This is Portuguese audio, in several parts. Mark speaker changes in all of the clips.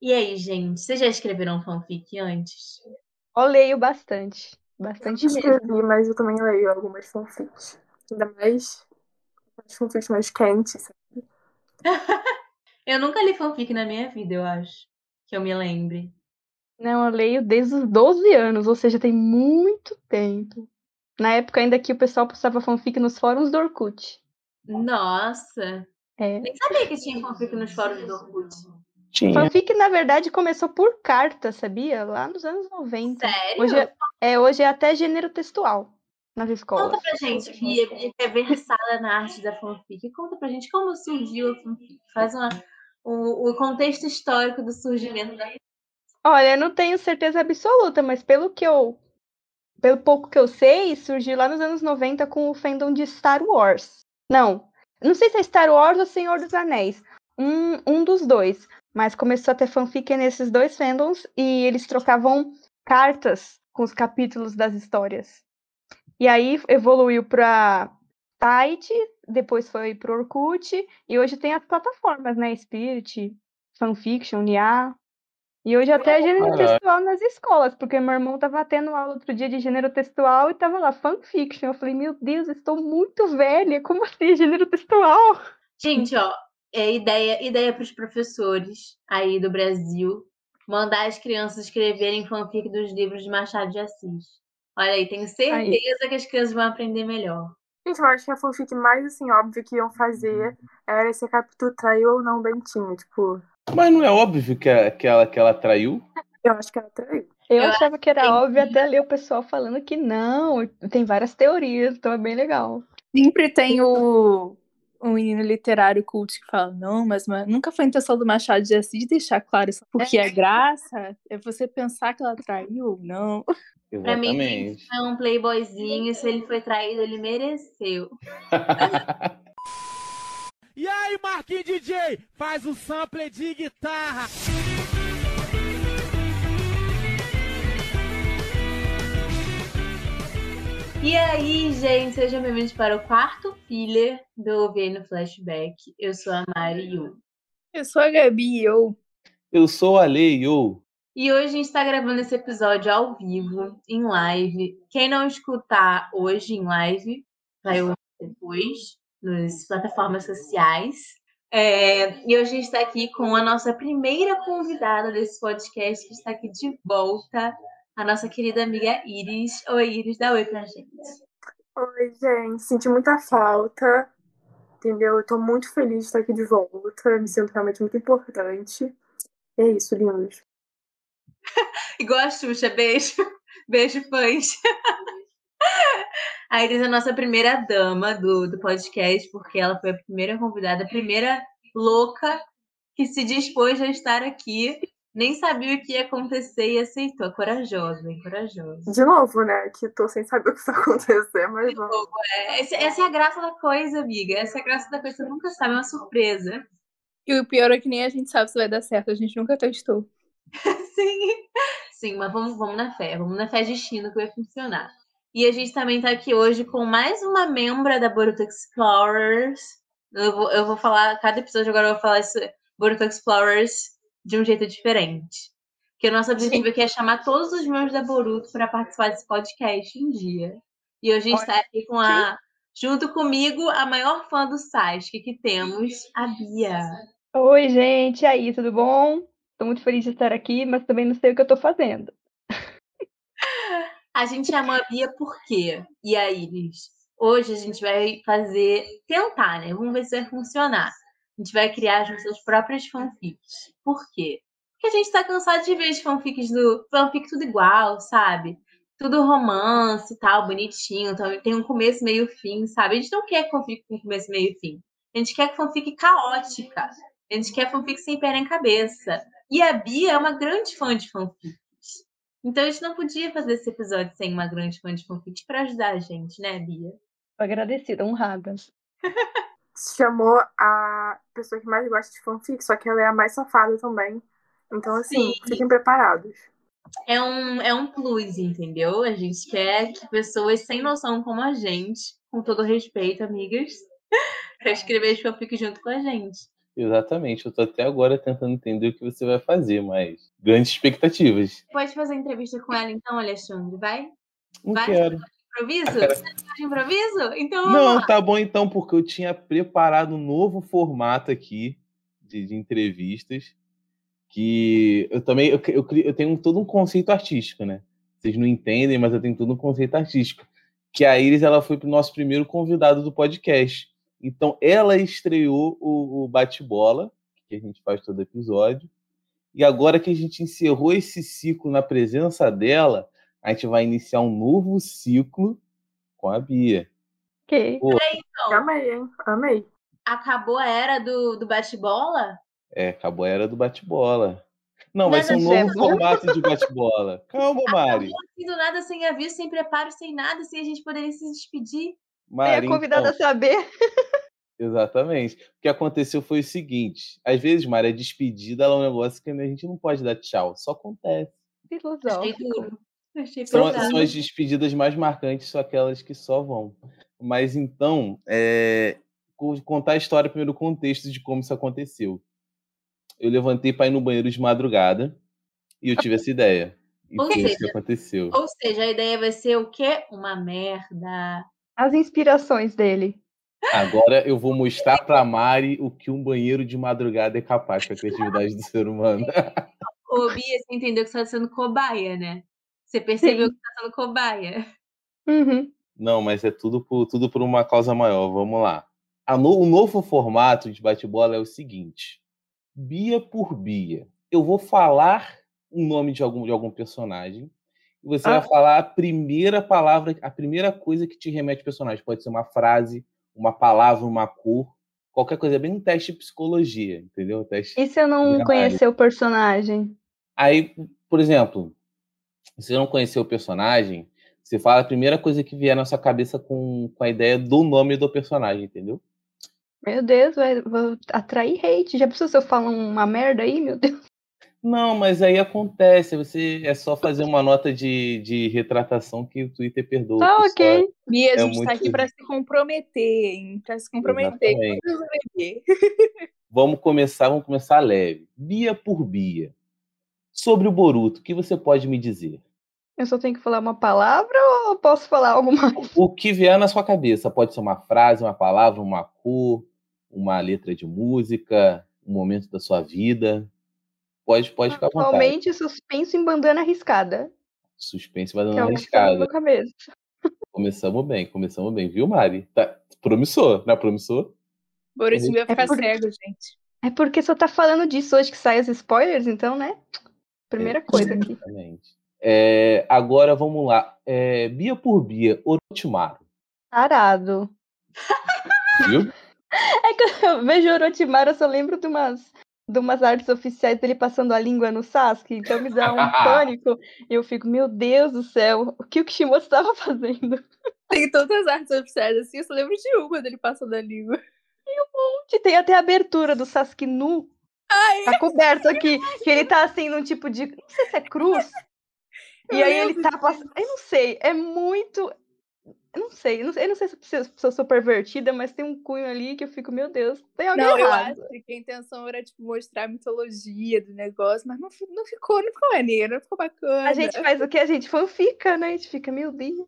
Speaker 1: E aí, gente, vocês já escreveram fanfic antes?
Speaker 2: Eu leio bastante. Bastante
Speaker 3: Eu
Speaker 2: mesmo.
Speaker 3: escrevi, mas eu também leio algumas fanfics. Ainda mais as fanfics mais quentes. sabe?
Speaker 1: Eu nunca li fanfic na minha vida, eu acho. Que eu me lembre.
Speaker 2: Não, né? eu leio desde os 12 anos, ou seja, tem muito tempo. Na época ainda que o pessoal postava fanfic nos fóruns do Orkut.
Speaker 1: Nossa!
Speaker 2: É.
Speaker 1: Nem sabia que tinha fanfic nos fóruns do Orkut.
Speaker 4: Tinha.
Speaker 2: Fanfic, na verdade, começou por carta, sabia? Lá nos anos 90.
Speaker 1: Sério?
Speaker 2: Hoje é, é, hoje é até gênero textual nas
Speaker 1: Conta
Speaker 2: escolas.
Speaker 1: pra gente, Bia, que é versada na arte da fanfic. Conta pra gente como surgiu a fanfic. Faz uma, o, o contexto histórico do surgimento da
Speaker 2: Olha, eu não tenho certeza absoluta, mas pelo que eu. Pelo pouco que eu sei, surgiu lá nos anos 90 com o fandom de Star Wars. Não. Não sei se é Star Wars ou Senhor dos Anéis. Um, um dos dois. Mas começou a ter fanfic nesses dois fandoms e eles trocavam cartas com os capítulos das histórias. E aí evoluiu pra site, depois foi pro Orkut, e hoje tem as plataformas, né? Spirit, Fanfiction, IA. E hoje até é gênero
Speaker 4: Caraca.
Speaker 2: textual nas escolas, porque meu irmão tava tendo aula outro dia de gênero textual e tava lá, fanfiction. Eu falei, meu Deus, estou muito velha, como assim gênero textual?
Speaker 1: Gente, ó, é ideia, ideia para os professores aí do Brasil mandar as crianças escreverem fanfic dos livros de Machado de Assis. Olha aí, tenho certeza que as crianças vão aprender melhor.
Speaker 3: Gente, eu acho que a fanfic mais assim, óbvia que iam fazer era se a Capitu traiu ou não o Bentinho. Tipo,
Speaker 4: Mas não é óbvio que, a- que, ela, que ela traiu?
Speaker 3: eu acho que ela traiu.
Speaker 2: Eu,
Speaker 1: Eu
Speaker 2: achava que era
Speaker 1: que-
Speaker 2: óbvio até ler o pessoal falando que não, tem várias teorias, então é bem legal.
Speaker 5: Sempre tem o, o menino literário culto que fala, não, mas ma- nunca foi a intenção do Machado de Assis deixar claro isso, porque a graça é você pensar que ela traiu, não.
Speaker 1: Pra mim,
Speaker 4: Exatamente.
Speaker 1: É um playboyzinho, se ele foi traído, ele mereceu.
Speaker 6: E aí, Marquinhos DJ, faz um sample de guitarra.
Speaker 1: E aí, gente, sejam bem-vindos para o quarto filler do VN Flashback. Eu sou a Mari Yu.
Speaker 5: Eu sou a Gabi, eu.
Speaker 4: Eu sou a Lei, eu.
Speaker 1: E hoje a gente está gravando esse episódio ao vivo, em live. Quem não escutar hoje em live, vai ouvir depois nas plataformas sociais. É, e hoje a gente está aqui com a nossa primeira convidada desse podcast, que está aqui de volta, a nossa querida amiga Iris. Oi, Iris, dá oi pra gente.
Speaker 3: Oi, gente. Senti muita falta. Entendeu? Eu tô muito feliz de estar aqui de volta. Me sinto realmente muito importante. E é isso, lindos.
Speaker 1: Igual a Xuxa, beijo. Beijo, fãs. A Iris é a nossa primeira dama do, do podcast, porque ela foi a primeira convidada, a primeira louca que se dispôs a estar aqui. Nem sabia o que ia acontecer e aceitou. Corajosa, hein? Corajosa.
Speaker 3: De novo, né? Que tô sem saber o que vai acontecer, mas vamos.
Speaker 1: É, esse- essa é a graça da coisa, amiga. Essa é a graça da coisa. Você nunca sabe, é uma surpresa.
Speaker 5: E o pior é que nem a gente sabe se vai dar certo, a gente nunca testou.
Speaker 1: Sim, sim, mas vamos, vamos na fé, vamos na fé de Chino que vai funcionar. E a gente também tá aqui hoje com mais uma membra da Boruto Explorers. Eu vou, eu vou falar, cada episódio agora eu vou falar esse Boruto Explorers de um jeito diferente. Porque o nosso objetivo aqui é chamar todos os membros da Boruto para participar desse podcast um dia. E hoje a gente tá aqui com a, junto comigo, a maior fã do Sasuke que temos, a Bia.
Speaker 2: Oi, gente, e aí, tudo bom? Tô muito feliz de estar aqui, mas também não sei o que eu tô fazendo.
Speaker 1: A gente chama a Bia por quê? E aí, Liz? Hoje a gente vai fazer, tentar, né? Vamos ver se vai funcionar. A gente vai criar as nossas próprias fanfics. Por quê? Porque a gente tá cansado de ver as fanfics do. fanfic tudo igual, sabe? Tudo romance e tal, bonitinho. Então tem um começo, meio fim, sabe? A gente não quer fanfic com começo, meio fim. A gente quer fanfic caótica. A gente quer fanfic sem pé nem cabeça. E a Bia é uma grande fã de fanfic. Então a gente não podia fazer esse episódio sem uma grande fã de fanfic pra ajudar a gente, né, Bia?
Speaker 2: Tô agradecida, honrada.
Speaker 3: se chamou a pessoa que mais gosta de fanfic, só que ela é a mais safada também. Então, assim,
Speaker 1: Sim.
Speaker 3: fiquem preparados.
Speaker 1: É um, é um plus, entendeu? A gente quer que pessoas sem noção como a gente, com todo respeito, amigas, pra escrever as fanfics junto com a gente.
Speaker 4: Exatamente, eu tô até agora tentando entender o que você vai fazer, mas grandes expectativas.
Speaker 1: Pode fazer entrevista com ela então, Alexandre, vai?
Speaker 4: Não
Speaker 1: Vai?
Speaker 4: quero.
Speaker 1: Improviso? Você não gosta de improviso? Então vamos
Speaker 4: Não,
Speaker 1: lá.
Speaker 4: tá bom então, porque eu tinha preparado um novo formato aqui de, de entrevistas. Que eu também eu, cri- eu, cri- eu tenho todo um conceito artístico, né? Vocês não entendem, mas eu tenho todo um conceito artístico. Que a Iris ela foi pro nosso primeiro convidado do podcast. Então ela estreou o, o bate-bola, que a gente faz todo episódio. E agora que a gente encerrou esse ciclo na presença dela, a gente vai iniciar um novo ciclo com a Bia.
Speaker 2: Ok.
Speaker 3: Amei, hein? Amei.
Speaker 1: Acabou a era do, do bate-bola?
Speaker 4: É, acabou a era do bate-bola. Não,
Speaker 2: Nada
Speaker 4: vai ser um
Speaker 2: disso,
Speaker 4: novo formato de bate-bola. Calma, Mari.
Speaker 1: E Assim, do nada, sem aviso, sem preparo, sem nada, sem a gente poder se despedir.
Speaker 2: Aí
Speaker 4: Mari,
Speaker 2: a convidada
Speaker 4: então,
Speaker 2: saber.
Speaker 4: exatamente. O que aconteceu foi o seguinte: às vezes, Mari, a despedida ela é um negócio que a gente não pode dar tchau, só acontece.
Speaker 2: Ilusão.
Speaker 1: Achei duro. Achei
Speaker 4: São,
Speaker 1: pesado.
Speaker 4: são as despedidas mais marcantes, são aquelas que só vão. Mas então, é, co- contar a história primeiro, o contexto de como isso aconteceu. Eu levantei para ir no banheiro de madrugada e eu tive essa ideia. E
Speaker 1: Ou
Speaker 4: foi isso que
Speaker 1: seja,
Speaker 4: aconteceu.
Speaker 1: Ou seja, a ideia vai ser o quê? Uma merda.
Speaker 2: As inspirações dele.
Speaker 4: Agora eu vou mostrar pra Mari o que um banheiro de madrugada é capaz com a criatividade do ser humano.
Speaker 1: Ô, Bia, você entendeu que você tá sendo cobaia, né? Você percebeu que tá sendo cobaia.
Speaker 2: Uhum.
Speaker 4: Não, mas é tudo por, tudo por uma causa maior. Vamos lá. A no- o novo formato de bate-bola é o seguinte: Bia por Bia. Eu vou falar o nome de algum, de algum personagem e você
Speaker 2: Ah.
Speaker 4: vai falar a primeira palavra, a primeira coisa que te remete ao personagem. Pode ser uma frase, uma palavra, uma cor, qualquer coisa. É bem um teste de psicologia, entendeu? Um teste
Speaker 2: E se eu não
Speaker 4: Verdade.
Speaker 2: conhecer o personagem?
Speaker 4: Aí, por exemplo, se você não conhecer o personagem, você fala a primeira coisa que vier na sua cabeça com, com a ideia do nome do personagem, entendeu?
Speaker 2: Meu Deus, vai- vou atrair hate. Já pensou se eu falo uma merda aí, meu Deus?
Speaker 4: Não, mas aí acontece, você é só fazer uma nota de, de retratação que o Twitter perdoa.
Speaker 2: Ah,
Speaker 4: pessoal.
Speaker 2: ok.
Speaker 5: Bia, a
Speaker 4: É
Speaker 5: gente
Speaker 4: muito
Speaker 5: tá aqui pra se comprometer, hein? Pra se comprometer.
Speaker 4: Exatamente.
Speaker 5: Vamos aprender.
Speaker 4: Vamos começar, vamos começar leve. Bia por Bia. Sobre o Boruto, o que você pode me dizer?
Speaker 2: Eu só tenho que falar uma palavra ou eu posso falar alguma?
Speaker 4: O que vier na sua cabeça pode ser uma frase, uma palavra, uma cor, uma letra de música, um momento da sua vida. Pode, pode ficar à vontade.
Speaker 2: Atualmente, suspenso em bandana arriscada.
Speaker 4: Suspense vai dando
Speaker 2: Que é
Speaker 4: uma
Speaker 2: uma na
Speaker 4: arriscada.
Speaker 2: minha cabeça.
Speaker 4: Começamos bem, começamos bem, viu, Mari? Tá promissor, não é promissor?
Speaker 5: Boruto vai ficar
Speaker 2: por-
Speaker 5: cego, gente.
Speaker 2: É porque só tá falando disso hoje que saem os spoilers, então, né?
Speaker 4: É.
Speaker 2: Primeira coisa aqui.
Speaker 4: Exatamente. É, agora vamos lá. É, Bia por Bia, Orochimaru,
Speaker 2: Tarado.
Speaker 4: viu?
Speaker 2: É que eu vejo o Orochimaru, eu só lembro de umas, de umas artes oficiais dele passando a língua no Sasuke, então me dá um pânico. E eu fico, meu Deus do céu, o que o Kishimoto estava fazendo?
Speaker 5: Tem todas as artes oficiais assim, eu só lembro de uma dele passando a língua.
Speaker 2: Gente, Tem até a abertura do Sasuke nu. Tá coberto aqui. Que ele tá assim num tipo de. Não sei se é cruz.
Speaker 5: Eu
Speaker 2: e aí ele
Speaker 5: lembro
Speaker 2: tá passando. Eu não sei, é muito. Eu não sei, eu não sei, eu não sei se eu preciso- se eu sou pervertida, mas tem um cunho ali que eu fico, meu Deus, tem alguém
Speaker 5: Não, eu
Speaker 2: errado.
Speaker 5: acho que a intenção era, tipo, mostrar a mitologia do negócio, mas não, fi- não ficou, não ficou maneiro, não ficou bacana.
Speaker 2: A gente faz o que? A gente fanfica, né? A gente fica, meu Deus.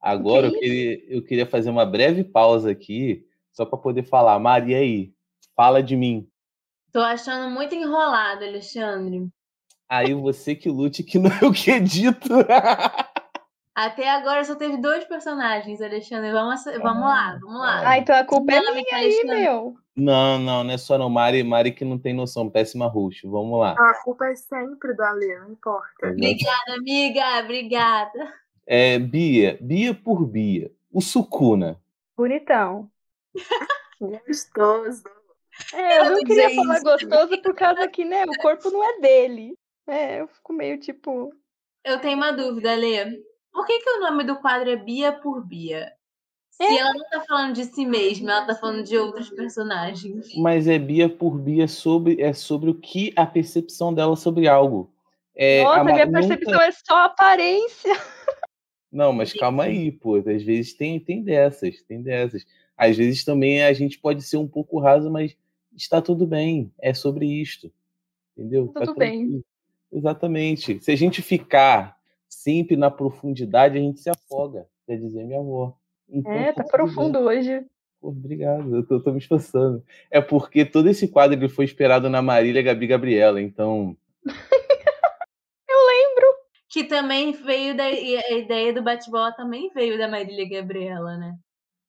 Speaker 4: Agora eu
Speaker 2: Que
Speaker 4: queria, eu queria fazer uma breve pausa aqui, só para poder falar. Mari, e aí? Fala de mim.
Speaker 1: Tô achando muito enrolado, Alexandre.
Speaker 4: Aí você que lute, que não eu que é edito.
Speaker 1: Até agora só teve dois personagens, Alexandre. Vamos, ace- vamos lá, vamos lá.
Speaker 4: Ah,
Speaker 2: Ah, então a culpa é
Speaker 1: Fala,
Speaker 2: minha aí,
Speaker 1: Alexandre.
Speaker 2: meu.
Speaker 4: Não, não, não é só não. Mari, Mari que não tem noção. Péssima host. Vamos lá. Tá
Speaker 3: A culpa é sempre do Ale, não importa.
Speaker 1: Obrigada, amiga. Obrigada.
Speaker 4: É, Bia, Bia por Bia. O Sukuna.
Speaker 2: Bonitão.
Speaker 3: Gostoso.
Speaker 2: É, eu não
Speaker 5: Gente.
Speaker 2: queria falar gostoso por causa que, né, o corpo não é dele. É, eu fico meio tipo.
Speaker 1: Eu tenho uma dúvida, Lê. Por que, que o nome do quadro é Bia por Bia? Se ela não tá falando de si mesma, ela tá falando de outros personagens.
Speaker 4: Mas é Bia por Bia sobre, é sobre o que a percepção dela sobre algo. É,
Speaker 2: Nossa,
Speaker 4: a Ma-
Speaker 2: minha
Speaker 4: nunca-
Speaker 2: percepção é só aparência.
Speaker 4: Não, mas calma aí, pô. Às vezes tem, tem dessas, tem dessas. Às vezes também a gente pode ser um pouco raso, mas está tudo bem, é sobre isto. Entendeu? Tá
Speaker 5: Tudo bem.
Speaker 4: tranquilo. Exatamente. Se a gente ficar sempre na profundidade, a gente se afoga, quer dizer, meu amor. Então,
Speaker 2: É, tá
Speaker 4: tudo bem.
Speaker 2: profundo hoje.
Speaker 4: Pô, Obrigado, eu tô, tô me esforçando. É porque todo esse quadro ele foi esperado na Marília Gabi Gabriela, então.
Speaker 1: Que também veio da. e A ideia do bate-bola também veio da Marília Gabriela, né?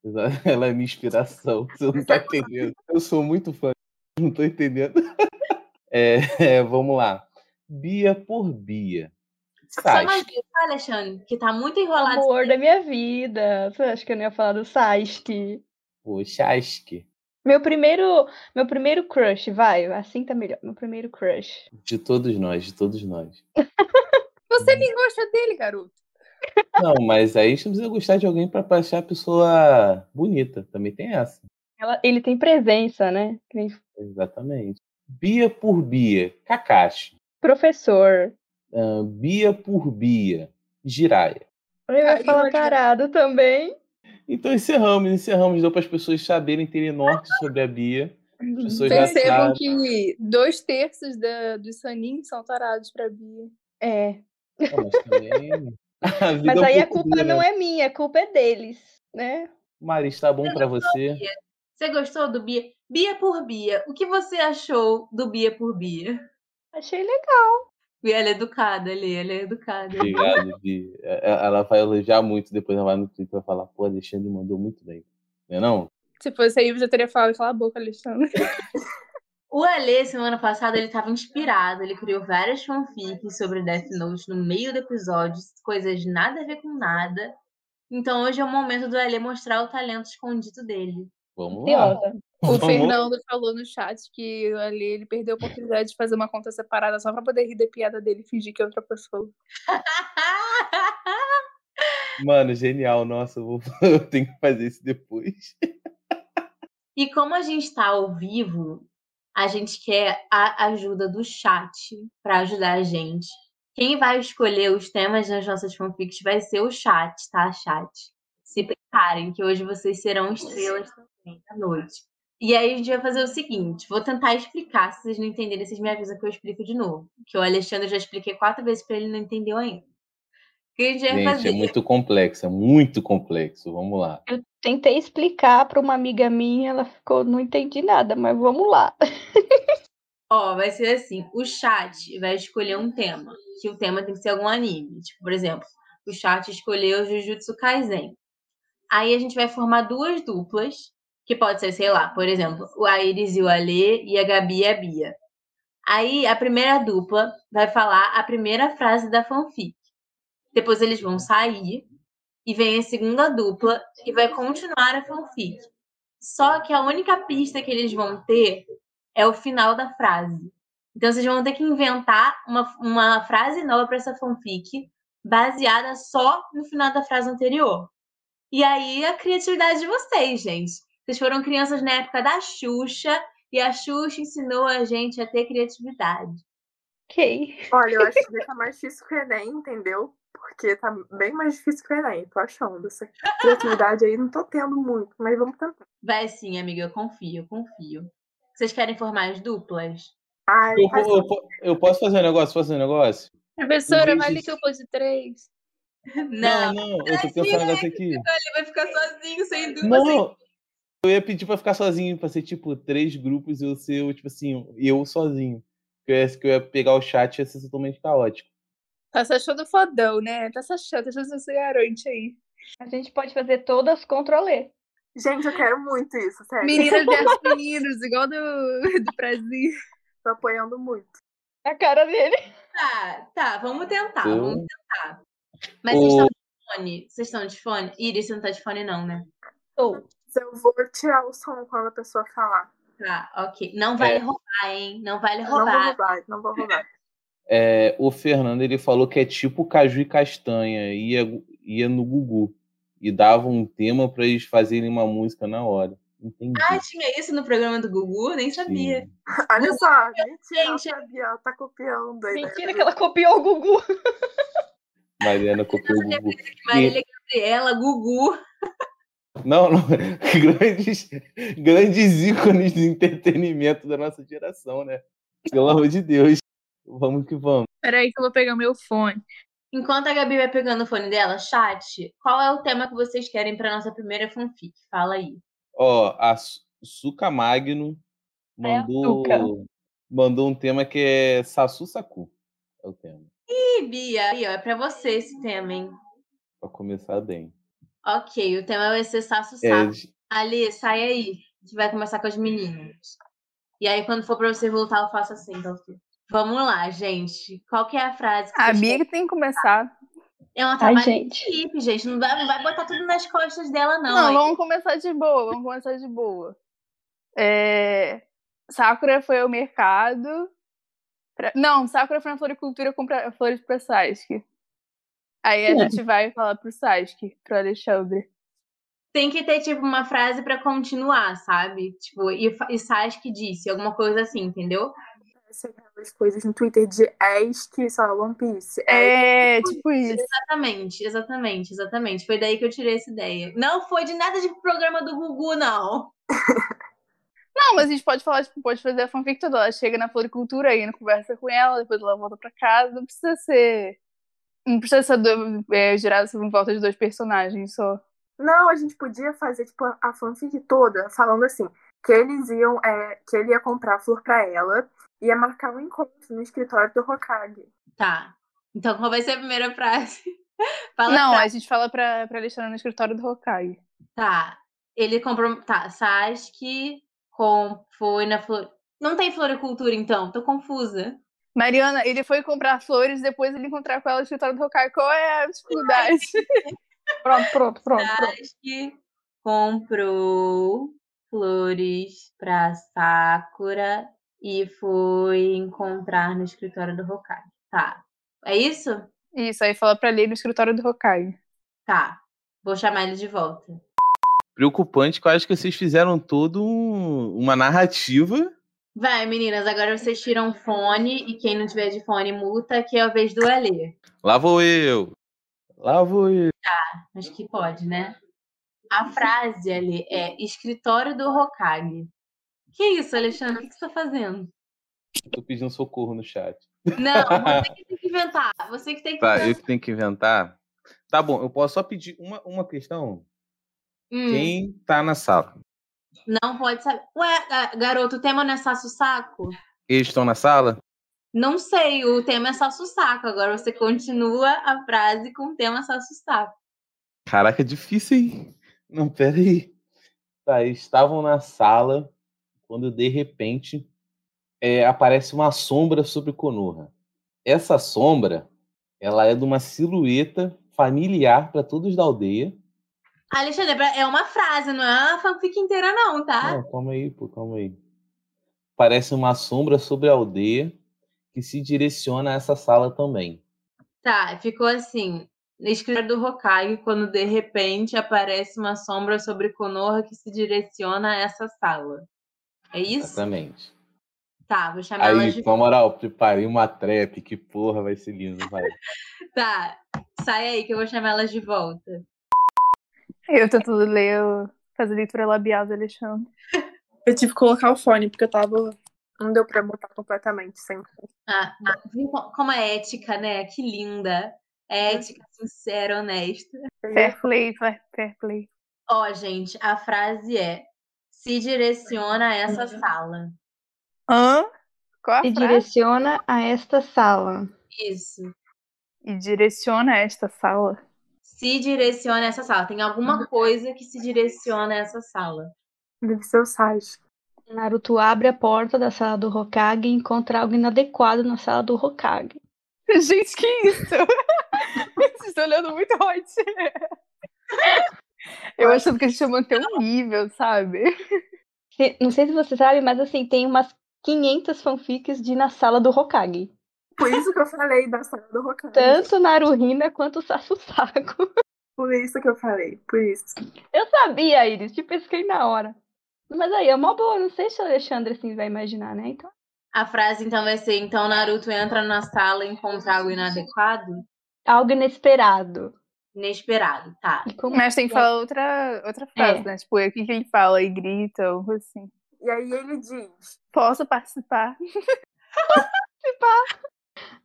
Speaker 4: Ela é minha inspiração. Você não tá entendendo. Eu sou muito fã. Não tô entendendo. É, é, vamos lá. Bia por Bia.
Speaker 1: Só mais
Speaker 4: Sasha.
Speaker 1: isso, tá, Alexandre? Que tá muito enrolado.
Speaker 2: Amor da minha vida. Você acha que eu não ia falar do Sasuke?
Speaker 4: Pô, Chasque.
Speaker 2: Meu primeiro, meu primeiro crush, vai. Assim tá melhor. Meu primeiro crush.
Speaker 4: De todos nós, de todos nós.
Speaker 5: Você nem gosta dele, garoto.
Speaker 4: Não, mas aí você precisa gostar de alguém pra achar a pessoa bonita. Também tem essa.
Speaker 2: Ela- ele tem presença, né? Que nem
Speaker 4: Exatamente. Bia por Bia. Kakashi.
Speaker 2: Professor.
Speaker 4: Ah, Bia por Bia, Jiraya.
Speaker 2: Ele vai
Speaker 5: Ai,
Speaker 2: falar
Speaker 5: imagina.
Speaker 2: tarado também.
Speaker 4: Então encerramos, encerramos, deu para as pessoas saberem, terem norte sobre a Bia. As pessoas já
Speaker 5: Percebam
Speaker 4: sabem.
Speaker 5: que dois terços da- dos saninhos são tarados pra Bia.
Speaker 2: É.
Speaker 4: Ah, mas também a vida
Speaker 2: Mas
Speaker 4: um
Speaker 2: aí a
Speaker 4: pouco
Speaker 2: culpa
Speaker 4: dura,
Speaker 2: não
Speaker 4: né?
Speaker 2: é minha, a culpa é deles, né?
Speaker 4: Mari, está tá bom
Speaker 2: é
Speaker 4: para você?
Speaker 1: Você gostou do Bia? Bia por Bia. O que você achou do Bia por Bia?
Speaker 2: Achei legal.
Speaker 1: E ela é educada ali, ela é educada.
Speaker 4: Obrigado, Bia. É- é- Ela vai elogiar muito, depois ela vai no Twitter e vai falar, pô, Alexandre mandou muito bem. Não é não?
Speaker 5: Se fosse aí, eu já teria falado, cala a boca, Alexandre.
Speaker 1: O Alê, semana passada, ele estava inspirado. Ele criou várias fanfics sobre Death Note no meio do episódio, coisas nada a ver com nada. Então hoje é o momento do Alê mostrar o talento escondido dele.
Speaker 4: Vamos lá.
Speaker 2: Curiosa.
Speaker 5: O
Speaker 4: Vamos.
Speaker 5: Fernando falou no chat que ali ele perdeu a oportunidade de fazer uma conta separada só pra poder rir da piada dele e fingir que é outra pessoa.
Speaker 4: Mano, genial, nossa, eu, vou- eu tenho que fazer isso depois.
Speaker 1: E como a gente está ao vivo, a gente quer a ajuda do chat para ajudar a gente. Quem vai escolher os temas das nossas fanfics vai ser o chat, tá, chat? Se preparem, que hoje vocês serão estrelas também à noite. E aí a gente vai fazer o seguinte: vou tentar explicar. Se vocês não entenderem, vocês me avisam que eu explico de novo. Que o Alexandre eu já expliquei quatro vezes para ele e não entendeu ainda. O que a gente vai
Speaker 4: Gente,
Speaker 1: fazer?
Speaker 4: é muito complexo, é muito complexo. Vamos lá.
Speaker 2: Tentei explicar para uma amiga minha, ela ficou, não entendi nada, mas vamos lá.
Speaker 1: Ó, vai ser assim, o chat vai escolher um tema, que o tema tem que ser algum anime. Tipo, por exemplo, o chat escolheu Jujutsu Kaisen. Aí a gente vai formar duas duplas, que pode ser, sei lá, por exemplo, o Aires e o Alê e a Gabi e a Bia. Aí a primeira dupla vai falar a primeira frase da fanfic. Depois eles vão sair e vem a segunda dupla e vai continuar a fanfic. Só que a única pista que eles vão ter é o final da frase. Então vocês vão ter que inventar uma, uma frase nova para essa fanfic baseada só no final da frase anterior. E aí a criatividade de vocês, gente. Vocês foram crianças na época da Xuxa e a Xuxa ensinou a gente a ter criatividade.
Speaker 2: Ok.
Speaker 3: Olha, eu acho que vai tá mais difícil que o Enem, entendeu? Porque tá bem mais difícil que o Enem, tô achando. Essa criatividade aí não tô tendo muito, mas vamos tentar.
Speaker 1: Vai sim, amiga, eu confio, eu confio. Vocês querem formar as duplas?
Speaker 3: Ai,
Speaker 4: Eu,
Speaker 3: faz-
Speaker 4: po- eu po- eu posso fazer um negócio? Posso fazer um negócio?
Speaker 5: Professora,
Speaker 4: Em vez
Speaker 5: vai
Speaker 4: de-
Speaker 5: ler que eu pôs de três.
Speaker 1: Não,
Speaker 4: não, eu tô pensando
Speaker 2: é
Speaker 4: um negócio aqui.
Speaker 1: ele vai ficar sozinho, sem dúvida. sem-
Speaker 4: Não, eu ia pedir pra ficar sozinho, pra ser tipo três grupos e eu ser, tipo assim, eu sozinho. Que eu ia, que eu ia pegar o chat e ia ser totalmente caótico.
Speaker 5: Tá se achando fodão, né? Tá se achando, tá achando que você garante aí.
Speaker 2: A gente pode fazer todas contra o Lê.
Speaker 3: Gente, eu quero muito isso, sério.
Speaker 5: Meninas versus meninos, igual do, do Brasil.
Speaker 3: Tô apoiando muito.
Speaker 2: É A cara dele.
Speaker 1: Tá, tá, vamos tentar.
Speaker 4: Eu-
Speaker 1: Vamos tentar. Mas
Speaker 4: Então O-
Speaker 1: vocês estão de fone? Vocês estão de fone? Iris, você não tá de fone, não, né?
Speaker 2: Sou.
Speaker 3: Eu vou tirar o som quando a pessoa falar.
Speaker 1: Tá, ok. Não vale
Speaker 4: É.
Speaker 1: roubar, hein? Não vale
Speaker 3: Não vou
Speaker 1: roubar.
Speaker 3: roubar, não vou roubar.
Speaker 4: É, o Fernando, ele falou que é tipo caju e castanha. Ia, ia no Gugu. E dava um tema pra eles fazerem uma música na hora. Entendi.
Speaker 1: Ah, tinha isso no programa do Gugu? Nem sabia.
Speaker 4: Sim.
Speaker 3: Olha só, mentira, ela
Speaker 1: Gente.
Speaker 3: sabia, ela tá copiando aí.
Speaker 2: Mentira que ela copiou o Gugu.
Speaker 4: Mariana copiou o Gugu.
Speaker 1: Marília Gabriela, Gugu.
Speaker 4: Não, não. Grandes, grandes ícones de entretenimento da nossa geração, né? Pelo amor de Deus. Vamos que vamos.
Speaker 5: Peraí que eu vou pegar meu fone.
Speaker 1: Enquanto a Gabi vai pegando o fone dela, chat, qual é o tema que vocês querem para nossa primeira fanfic? Fala aí.
Speaker 4: Ó, a Su- Suca Magno mandou,
Speaker 5: Suca.
Speaker 4: mandou um tema que é Sassu Saku. É o tema.
Speaker 1: Ih, Bia, aí, ó, é pra você esse tema, hein?
Speaker 4: Pra começar bem.
Speaker 1: Ok, o tema vai ser Saço
Speaker 4: É,
Speaker 1: Saco. Ali, sai aí. A gente vai começar com as meninas. E aí, quando for pra você voltar, eu faço assim, então. filho. Vamos lá, gente. Qual que é a frase? Que
Speaker 5: A
Speaker 1: vocês
Speaker 5: Bia que Ah, tem que começar.
Speaker 1: querem? É uma
Speaker 2: Ai,
Speaker 1: trabalho de
Speaker 2: gente.
Speaker 1: equipe, gente. Não vai, não vai botar tudo nas costas dela, não.
Speaker 5: Não,
Speaker 1: hein?
Speaker 5: vamos começar de boa, vamos começar de boa. É, Sakura foi ao mercado. pra- Não, Sakura foi na floricultura comprar flores pra Sasuke. Aí a
Speaker 2: É.
Speaker 5: gente vai falar pro Sasuke, pro Alexandre.
Speaker 1: Tem que ter, tipo, uma frase pra continuar, sabe? Tipo, e, fa- e Sasuke disse, alguma coisa assim, entendeu?
Speaker 3: Essa é aquelas coisas no Twitter de Ask, sei lá, One Piece.
Speaker 5: É, tipo isso.
Speaker 1: Exatamente, exatamente, exatamente. Foi daí que eu tirei essa ideia. Não foi de nada de programa do Gugu, não.
Speaker 5: Não, mas a gente pode falar, tipo, pode fazer a fanfic toda. Ela chega na floricultura, aí não conversa com ela, depois ela volta pra casa. Não precisa ser. Não precisa ser do- é, gerado em volta de dois personagens só.
Speaker 3: Não, a gente podia fazer, tipo, a a fanfic toda falando assim, que eles iam, é, que ele ia comprar flor pra ela, ia marcar um encontro no escritório do Hokage.
Speaker 1: Tá. Então, qual vai ser a primeira frase? Fala
Speaker 5: Não,
Speaker 1: pra-
Speaker 5: a gente fala pra, pra Alexandre no escritório do Hokage.
Speaker 1: Tá. Ele comprou. Tá, Sasuke com... foi na flor. Não tem floricultura, então, tô confusa.
Speaker 5: Mariana, ele foi comprar flores, depois ele encontrar com ela no escritório do Hokage. Qual é a dificuldade?
Speaker 2: Pronto, pronto, pronto, pronto.
Speaker 1: Sasuke comprou flores pra Sakura e foi encontrar no escritório do Hokage. Tá. É isso?
Speaker 5: Isso, aí fala pra ele no escritório do Hokage.
Speaker 1: Tá. Vou chamar ele de volta.
Speaker 4: Preocupante que eu acho que vocês fizeram todo um- uma narrativa.
Speaker 1: Vai, meninas, agora vocês tiram o fone e quem não tiver de fone multa, que é a vez do Alê.
Speaker 4: Lá vou eu. Lá vou eu.
Speaker 1: Acho que pode, né? A
Speaker 4: Uhum.
Speaker 1: frase ali é escritório do Hokage. Que isso, Alexandre? O que que você tá fazendo?
Speaker 4: Tô pedindo socorro no chat.
Speaker 1: Não, você que tem que inventar. Você que tem que
Speaker 4: Tá, eu
Speaker 1: inventar.
Speaker 4: que tenho que inventar. Tá bom, eu posso só pedir uma, uma questão?
Speaker 1: Hum,
Speaker 4: Quem tá na sala?
Speaker 1: não pode saber. Ué, ga- garoto, o tema não é Sasso Saco?
Speaker 4: Eles estão na sala?
Speaker 1: Não sei, o tema é Sasso Saco. Agora você continua a frase com o tema Sasso Saco.
Speaker 4: Caraca, é difícil, hein? Não, peraí. Tá, eles estavam na sala quando de repente é, aparece uma sombra sobre Konoha. Essa sombra, ela é de uma silhueta familiar para todos da aldeia.
Speaker 1: Alexandre, é pra- é uma frase, não é uma fanfic inteira, não, tá?
Speaker 4: Não, calma aí, pô, calma aí. Parece uma sombra sobre a aldeia que se direciona a essa sala também.
Speaker 1: Tá, ficou assim. Na escrita do Hokage, quando de repente aparece uma sombra sobre Konoha que se direciona a essa sala. É isso?
Speaker 4: Exatamente.
Speaker 1: Tá, vou chamar ela
Speaker 4: Aí,
Speaker 1: de.
Speaker 4: na moral, preparei uma trap, que porra, vai ser lindo, vai.
Speaker 1: Tá, sai aí que eu vou chamar elas de volta.
Speaker 5: Eu tentando ler, o- fazer leitura labial do Alexandre.
Speaker 3: Eu tive que colocar o fone, porque eu tava. Não deu pra mutar completamente sem.
Speaker 1: Ah, ah, viu co- como a ética, né? Que linda. É
Speaker 4: Uhum.
Speaker 1: Ética, sincera, honesta.
Speaker 5: Fair play, fair, fair play.
Speaker 1: Ó, gente, a frase é: se direciona a essa
Speaker 4: Uhum.
Speaker 1: sala.
Speaker 5: Hã? Qual a
Speaker 2: Se
Speaker 5: frase?
Speaker 2: direciona a esta sala.
Speaker 1: Isso.
Speaker 5: E direciona esta sala.
Speaker 1: Se direciona a essa sala. Tem
Speaker 4: Uhum.
Speaker 1: alguma coisa que se direciona a essa sala.
Speaker 3: Deve ser o Sasuke.
Speaker 2: Naruto abre a porta da sala do Hokage e encontra algo inadequado na sala do Hokage.
Speaker 5: Gente, que isso? Vocês estão olhando muito hot. Eu achando que a gente ia manter um nível, sabe?
Speaker 2: Se- Não sei se você sabe, mas assim, tem umas 500 fanfics de na sala do Hokage.
Speaker 3: Por isso que eu falei da sala do Hokage.
Speaker 2: Tanto Naruhina quanto Sassusako.
Speaker 3: Por isso que eu falei, por isso.
Speaker 2: Eu sabia, Iris, te pesquei na hora. Mas aí, é uma boa, não sei se o Alexandre assim vai imaginar, né? Então,
Speaker 1: A frase então vai ser: então Naruto entra na sala e encontra algo inadequado?
Speaker 2: algo inesperado.
Speaker 1: Inesperado, tá.
Speaker 2: E como-
Speaker 5: Mas tem que falar outra, outra frase, né? Tipo, o que, que ele fala e grita ou coisa assim.
Speaker 3: E aí ele diz:
Speaker 5: Posso participar?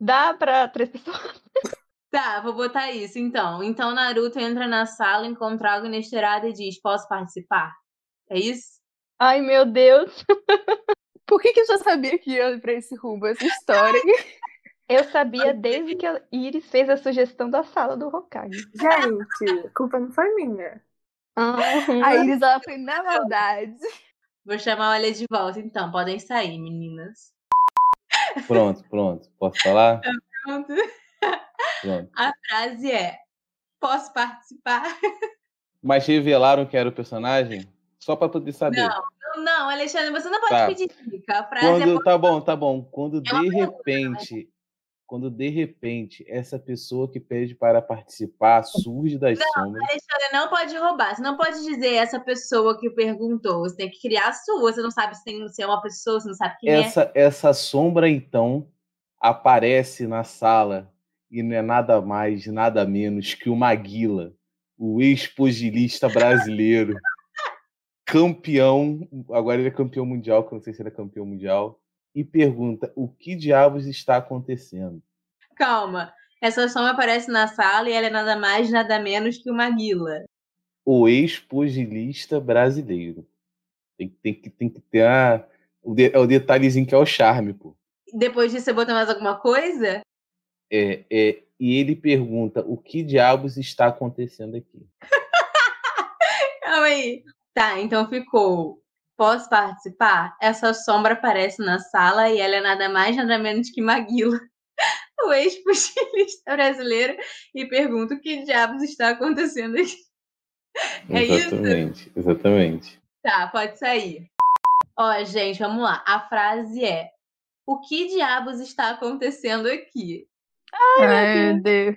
Speaker 2: Dá pra três pessoas?
Speaker 1: Tá, vou botar isso então. Então Naruto entra na sala, encontra algo inesperado e diz: Posso participar? É isso?
Speaker 2: Ai, meu Deus.
Speaker 5: Por que, que eu já sabia que ia pra esse rumo, essa história?
Speaker 2: Eu sabia desde que a Iris fez a sugestão da sala do Hokage.
Speaker 3: Gente, culpa não foi minha.
Speaker 5: a Iris, ela foi na maldade.
Speaker 1: Vou chamar a Olha de volta então. Podem sair, meninas.
Speaker 4: Pronto, pronto. Posso falar?
Speaker 1: Ah. Pronto.
Speaker 4: Pronto.
Speaker 1: A frase é: Posso participar?
Speaker 4: Mas revelaram que era o personagem? Só pra poder saber.
Speaker 1: Não, não, Alexandre, você não pode
Speaker 4: Tá.
Speaker 1: pedir dica. A frase é:
Speaker 4: Quando, tá bom, tá bom. Quando
Speaker 1: É uma
Speaker 4: de repente, quando de repente, essa pessoa que pede para participar surge das sombras.
Speaker 1: Alexandre não pode roubar. Você não pode dizer essa pessoa que perguntou. Você tem que criar a sua. Você não sabe se, tem, se é uma pessoa, você não sabe quem é.
Speaker 4: Essa, essa sombra, então, aparece na sala e não é nada mais, nada menos que o Maguila, o ex-pugilista brasileiro, campeão, agora ele é campeão mundial, que eu não sei se ele é campeão mundial, e pergunta o que diabos está acontecendo.
Speaker 1: Calma. Essa sombra aparece na sala e ela é nada mais, nada menos que uma guila.
Speaker 4: O ex-pugilista brasileiro. Tem, tem que, tem que ter a, o, de- é o detalhezinho que é o charme, pô.
Speaker 1: Depois disso, você botou mais alguma coisa?
Speaker 4: É, é, e ele pergunta o que diabos está acontecendo aqui.
Speaker 1: Calma aí. Tá, então ficou. Posso participar? Essa sombra aparece na sala e ela é nada mais, nada menos que Maguila, o ex-pugilista brasileiro, e pergunta o que diabos está acontecendo aqui. É isso?
Speaker 4: exatamente, exatamente.
Speaker 1: Tá, pode sair. Ó, gente, vamos lá. A frase é: O que diabos está acontecendo aqui?
Speaker 5: Ai, meu Deus.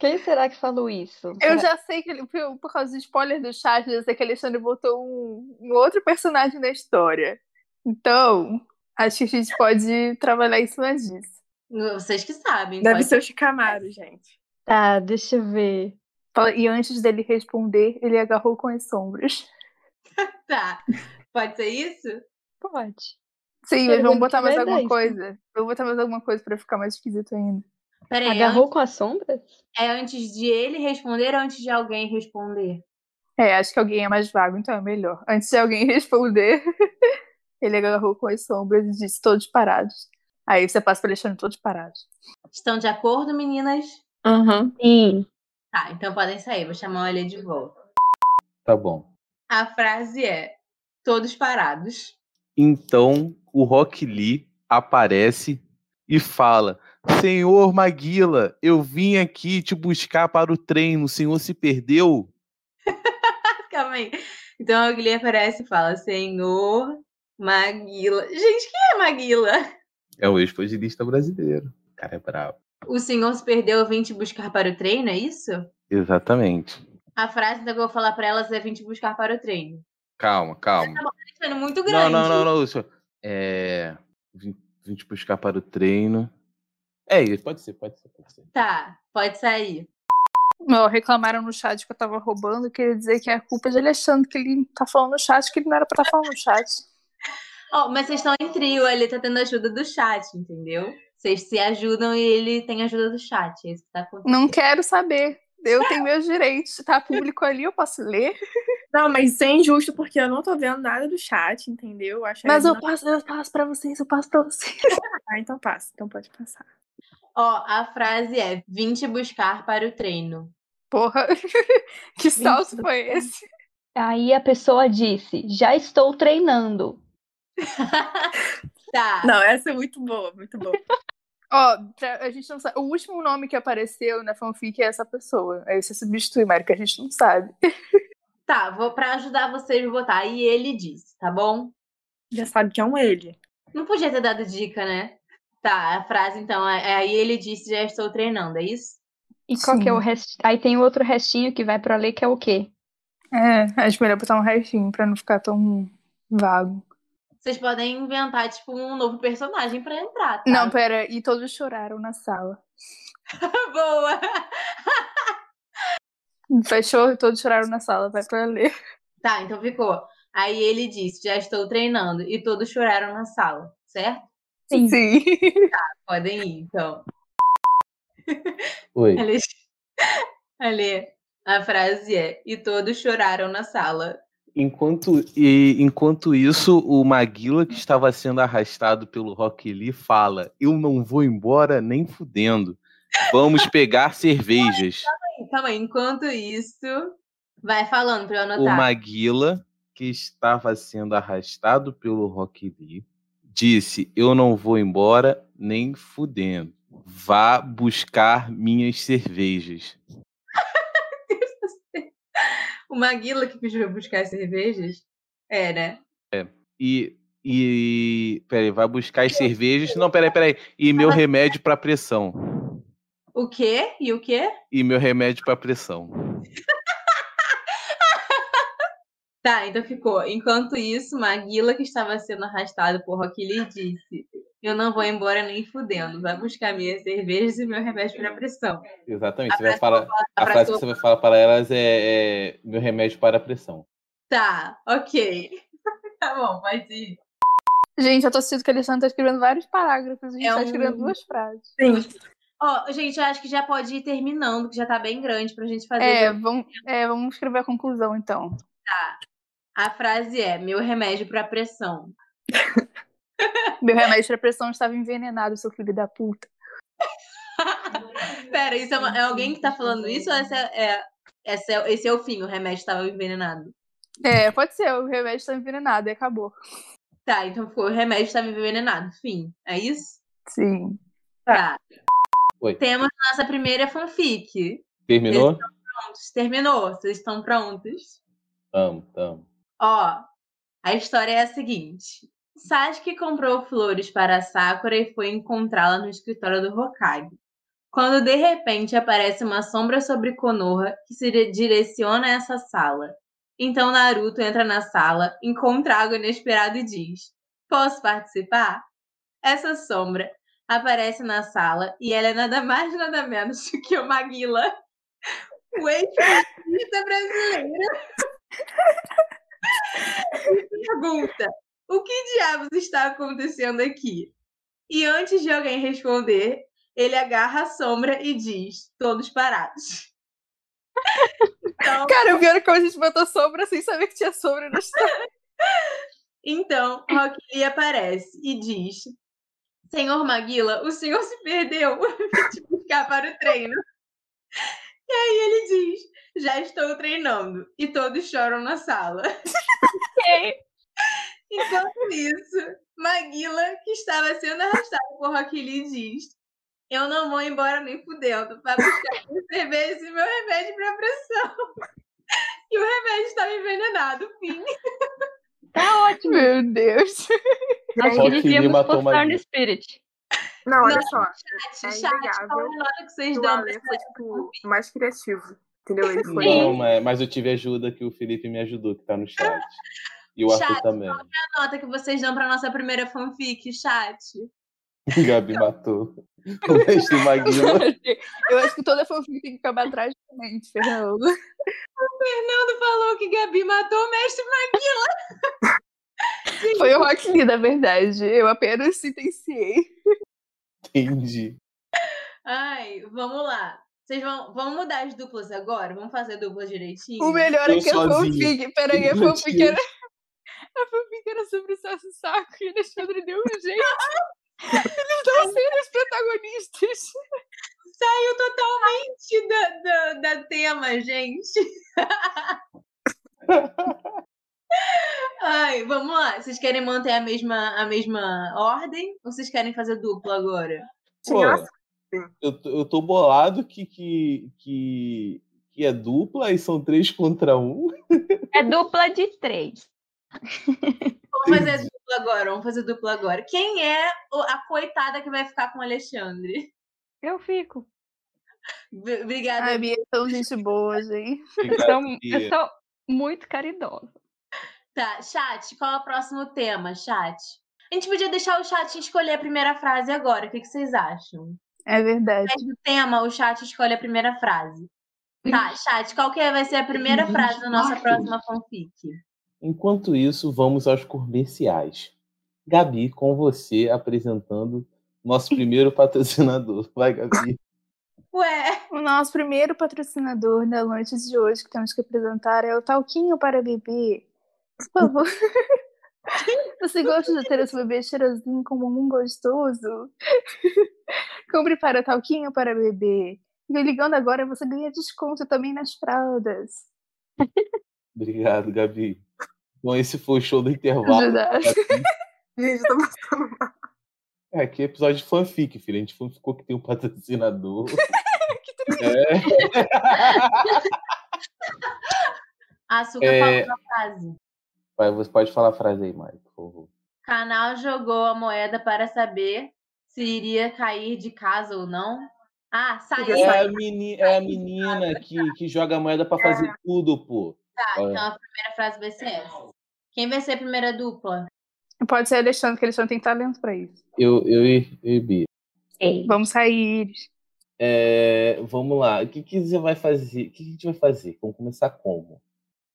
Speaker 2: Quem será que falou isso? Será-
Speaker 5: Eu já sei que, ele- por por causa do spoiler do chat, eu já sei que Alexandre botou um, um outro personagem na história. Então, acho que a gente pode trabalhar em cima disso.
Speaker 1: Vocês que sabem.
Speaker 3: Deve
Speaker 1: pode-
Speaker 3: ser o Chicamaro, gente.
Speaker 2: Tá, deixa eu ver.
Speaker 5: Fala- E antes dele responder, ele agarrou com as sombras.
Speaker 1: Tá. Pode ser isso?
Speaker 2: Pode.
Speaker 5: Sim, mas
Speaker 2: Pergunta
Speaker 5: vamos botar
Speaker 2: que
Speaker 5: mais
Speaker 2: vai
Speaker 5: alguma
Speaker 2: dar, então.
Speaker 5: coisa. Vamos botar mais alguma coisa pra ficar mais esquisito ainda. É.
Speaker 1: Peraí,
Speaker 2: Agarrou com as sombras?
Speaker 1: é antes de ele responder ou antes de alguém responder?
Speaker 5: É, acho que alguém é mais vago, então é melhor. Antes de alguém responder, ele agarrou com as sombras e disse todos parados. Aí você passa pra Alexandre todos parados.
Speaker 1: Estão de acordo, meninas?
Speaker 3: Aham.
Speaker 2: Sim.
Speaker 1: Tá, então podem sair, vou chamar a Olha de volta.
Speaker 4: Tá bom.
Speaker 1: A frase é: Todos parados.
Speaker 4: Então o Rock Lee aparece e fala: Senhor Maguila, eu vim aqui te buscar para o treino. O senhor se perdeu?
Speaker 1: Calma aí. Então o Guilherme aparece e fala: Senhor Maguila. Gente, quem é Maguila?
Speaker 4: É o ex-pugilista brasileiro. O cara é brabo.
Speaker 1: O senhor se perdeu, eu vim te buscar para o treino, é isso?
Speaker 4: Exatamente.
Speaker 1: A frase da que eu vou falar para elas é vim te buscar para o treino.
Speaker 4: Calma, calma.
Speaker 1: Tá sendo muito
Speaker 4: Não,
Speaker 1: grande.
Speaker 4: não, não, não, Lúcio. É. Vim, vim te buscar para o treino. É isso, pode ser, pode ser, pode ser.
Speaker 1: Tá, pode sair.
Speaker 5: Ó, reclamaram no chat que eu tava roubando, queria dizer que é a culpa de Alexandre, que ele tá falando no chat que ele não era pra estar falando no chat.
Speaker 1: Ó, mas vocês estão em trio, ele tá tendo ajuda do chat, entendeu? Vocês se ajudam e ele tem ajuda do chat. É isso que tá acontecendo.
Speaker 5: Não quero saber. Eu tenho meus direitos. Tá público ali, eu posso ler.
Speaker 3: Não, mas isso é injusto porque eu não tô vendo nada do chat, entendeu? Acho que
Speaker 5: Mas
Speaker 3: ele
Speaker 5: eu
Speaker 3: não-
Speaker 5: passo, eu passo pra vocês, eu passo pra vocês.
Speaker 3: Ah, então passa, então pode passar.
Speaker 1: Ó, a frase é vim te buscar para o treino.
Speaker 5: Porra, que salto foi esse?
Speaker 2: Aí a pessoa disse: Já estou treinando.
Speaker 1: Tá.
Speaker 3: Não, essa é muito boa, muito boa.
Speaker 5: Ó, pra- a gente não sabe. O último nome que apareceu na fanfic é essa pessoa. Aí você substitui, Mário, que a gente não sabe.
Speaker 1: Tá, vou para ajudar vocês vou botar. E ele disse, tá bom?
Speaker 3: Já sabe que é um ele.
Speaker 1: Não podia ter dado dica, né? Tá, a frase então é aí ele disse já estou treinando, é isso?
Speaker 2: E qual que é o
Speaker 5: Sim.
Speaker 2: restinho? Aí tem outro restinho que vai pra ler, que é o quê?
Speaker 5: É, acho melhor botar um restinho pra não ficar tão vago.
Speaker 1: Vocês podem inventar, tipo, um novo personagem pra entrar, tá? Tá
Speaker 5: Não, pera, e todos choraram na sala.
Speaker 1: Boa!
Speaker 5: Fechou e todos choraram na sala, vai pra ler.
Speaker 1: Tá, então ficou. Aí ele disse, já estou treinando. E todos choraram na sala, certo?
Speaker 2: Sim.
Speaker 5: Sim.
Speaker 1: Podem ir, então.
Speaker 4: Oi.
Speaker 1: Ale... Ale, a frase é, e todos choraram na sala.
Speaker 4: Enquanto, e, enquanto isso, o Maguila, que estava sendo arrastado pelo Rock Lee, fala: Eu não vou embora nem fudendo. Vamos pegar cervejas.
Speaker 1: Calma aí, Então, enquanto isso, vai falando pra eu
Speaker 4: O
Speaker 1: anotar.
Speaker 4: Maguila, que estava sendo arrastado pelo Rock Lee, disse: Eu não vou embora nem fudendo. Vá buscar minhas cervejas.
Speaker 1: O Maguila que pediu pra eu buscar as cervejas? É, né?
Speaker 4: E. E. Peraí, vai buscar as cervejas. Não, peraí, peraí. E meu remédio para pressão.
Speaker 1: O quê? E o quê?
Speaker 4: e meu remédio para pressão.
Speaker 1: Tá, então ficou. Enquanto isso, Maguila, que estava sendo arrastado por Rock Lee, disse: Eu não vou embora nem fudendo. Vai buscar minhas cervejas e meu remédio para pressão.
Speaker 4: Exatamente.
Speaker 1: A
Speaker 4: Você vai
Speaker 1: frase
Speaker 4: falar, a
Speaker 1: pra
Speaker 4: frase
Speaker 1: sua-
Speaker 4: que você vai falar para elas é, é, meu remédio para a pressão.
Speaker 1: Tá, ok. tá bom, pode ir.
Speaker 5: Gente, eu tô sentindo que a Alessandra tá escrevendo vários parágrafos. A gente
Speaker 1: É
Speaker 5: tá
Speaker 1: um-
Speaker 5: escrevendo duas frases.
Speaker 3: Sim,
Speaker 1: Ó, gente, eu acho que já pode ir terminando, que já tá bem grande pra gente fazer.
Speaker 5: É, vamos, é, vamos escrever a conclusão, então.
Speaker 1: A frase é: Meu remédio para pressão.
Speaker 5: Meu remédio pra pressão estava envenenado, seu filho da puta.
Speaker 1: Pera, isso é, uma- é alguém que tá falando isso ou essa é, é- essa é- esse é o fim? O remédio estava envenenado.
Speaker 5: É, pode ser, o remédio está envenenado e acabou.
Speaker 1: Tá, então ficou: O remédio estava envenenado. Fim. É isso?
Speaker 5: Sim.
Speaker 1: Tá.
Speaker 4: Oi.
Speaker 1: Temos a nossa primeira fanfic.
Speaker 4: Terminou?
Speaker 1: prontos, terminou, vocês estão prontos?
Speaker 4: Tamo, tamo.
Speaker 1: Ó, a história é a seguinte. Sasuke comprou flores para Sakura e foi encontrá-la no escritório do Hokage. Quando de repente aparece uma sombra sobre Konoha que se dire- direciona a essa sala. Então Naruto entra na sala, encontra algo inesperado e diz: Posso participar? Essa sombra aparece na sala e ela é nada mais nada menos do que o Maguila, o ex-fascista brasileiro. pergunta: o que diabos está acontecendo aqui? E antes de alguém responder, ele agarra a sombra e diz: todos parados. Então,
Speaker 5: Cara, o pior é que a gente botou sombra sem saber que tinha sombra no estado.
Speaker 1: então Rock Lee aparece e diz: Senhor Maguila, o senhor se perdeu. Vim te buscar para o treino. E aí ele diz: já estou treinando. E todos choram na sala. Enquanto isso, Maguila, que estava sendo arrastado por Rock Lee, diz: Eu não vou embora nem fudendo para buscar minha cerveja e meu remédio para pressão. E o remédio estava envenenado, fim.
Speaker 2: Tá ótimo.
Speaker 5: Meu Deus.
Speaker 2: Acho
Speaker 4: Rock
Speaker 2: que
Speaker 4: in Rio
Speaker 2: devíamos
Speaker 4: matou
Speaker 2: postar
Speaker 4: Maria.
Speaker 2: no Spirit.
Speaker 3: não, olha
Speaker 1: Não,
Speaker 3: só. É
Speaker 1: Chat, qual é a
Speaker 3: inegável
Speaker 1: nota que vocês
Speaker 3: O
Speaker 1: dão?
Speaker 3: Ale foi, tipo, mais criativo. Entendeu? Ele foi.
Speaker 4: Não, mas, mas eu tive ajuda que o Felipe me ajudou, que tá no chat. E o Arthur
Speaker 1: Chat,
Speaker 4: também.
Speaker 1: A nota que vocês dão para nossa primeira fanfic, chat?
Speaker 4: Gabi matou. O mestre Maguila.
Speaker 5: Eu acho que toda fanfic tem que acabar tragicamente, Fernando.
Speaker 1: Fernando falou que Gabi matou o mestre
Speaker 5: Foi o Rock Lee, na verdade. Eu apenas sentenciei.
Speaker 4: Entendi.
Speaker 1: Ai, vamos lá. Vocês vão, vamos mudar as duplas agora? Vamos fazer duplas direitinho?
Speaker 5: O melhor
Speaker 4: Eu
Speaker 5: é que a
Speaker 4: sozinho.
Speaker 5: fanfic... Peraí, a
Speaker 4: Eu
Speaker 5: fanfic era... A fanfic era sobre o Sasso Saco e o Alexandre deu um jeito. Eles não sendo os protagonistas.
Speaker 1: Saiu totalmente da, da, da tema, gente. Ai, vamos lá. Vocês querem manter a mesma, a mesma ordem ou vocês querem fazer dupla agora?
Speaker 4: Pô,
Speaker 3: Tinha
Speaker 4: eu, tô- eu tô bolado que, que, que, que é dupla e são três contra um.
Speaker 2: É dupla de três.
Speaker 1: Vamos fazer dupla agora, vamos fazer dupla agora. Quem é o- a coitada que vai ficar com o Alexandre?
Speaker 2: Eu fico.
Speaker 1: B- Obrigada.
Speaker 5: A Bia é tão gente boa, gente.
Speaker 2: Eu
Speaker 4: Obrigado,
Speaker 2: sou, eu
Speaker 4: Bia.
Speaker 2: sou muito caridosa.
Speaker 1: Tá, chat, qual é o próximo tema, chat? A gente podia deixar o chat escolher a primeira frase agora. O que que vocês acham?
Speaker 5: É verdade.
Speaker 1: do tema, o chat escolhe a primeira frase. Tá, chat, qual que é- vai ser a primeira frase da nossa próxima fanfic?
Speaker 4: Enquanto isso, vamos aos comerciais. Gabi, com você apresentando nosso primeiro patrocinador. Vai, Gabi.
Speaker 1: Ué,
Speaker 5: O nosso primeiro patrocinador da noite de hoje que temos que apresentar é o Talquinho para Bebê. Por favor. Você gosta de ter o seu bebê cheirosinho como um gostoso? Compre para o Talquinho para Bebê. E ligando agora, você ganha desconto também nas fraldas.
Speaker 4: Obrigado, Gabi. Bom, esse foi o show do intervalo.
Speaker 5: Ajudar.
Speaker 4: Gabi.
Speaker 3: Gente, eu tô passando mal.
Speaker 4: É, aqui é episódio de fanfic, filho. A gente fanficou que tem um patrocinador.
Speaker 1: a Açúcar falou
Speaker 4: É.
Speaker 1: uma frase.
Speaker 4: Vai, você pode falar a frase aí, Mari, por favor.
Speaker 1: Canal jogou a moeda para saber se iria cair de casa ou não. Ah, saiu.
Speaker 3: É,
Speaker 4: É
Speaker 1: Tá,
Speaker 4: a, meni- é a menina que, que joga a moeda pra fazer tudo, pô.
Speaker 1: então
Speaker 4: É.
Speaker 1: a primeira frase vai ser essa. Quem vai ser a primeira dupla?
Speaker 5: Pode ser Alexandre, que Alexandre tem talento para isso.
Speaker 4: Eu, eu e, eu e Bi.
Speaker 5: Vamos sair.
Speaker 4: É, vamos lá. O que, que você vai fazer? O que, que a gente vai fazer? Vamos começar como?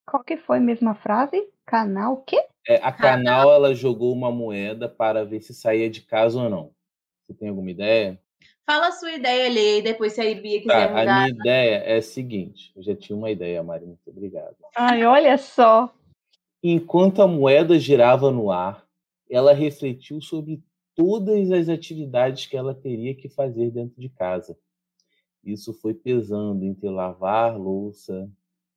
Speaker 2: Qual que foi mesmo a frase? Canal o quê?
Speaker 4: É,
Speaker 1: Tá,
Speaker 4: a canal ela jogou uma moeda para ver se saía de casa ou não. Você tem alguma ideia?
Speaker 1: Fala a sua ideia ali, e depois se a Ibia quiser
Speaker 4: Tá, a
Speaker 1: mudar.
Speaker 4: minha ideia é a seguinte. Eu já tinha uma ideia, Mari. Muito obrigado.
Speaker 2: Ai, olha só.
Speaker 4: Enquanto a moeda girava no ar, ela refletiu sobre todas as atividades que ela teria que fazer dentro de casa. Isso foi pesando entre lavar louça,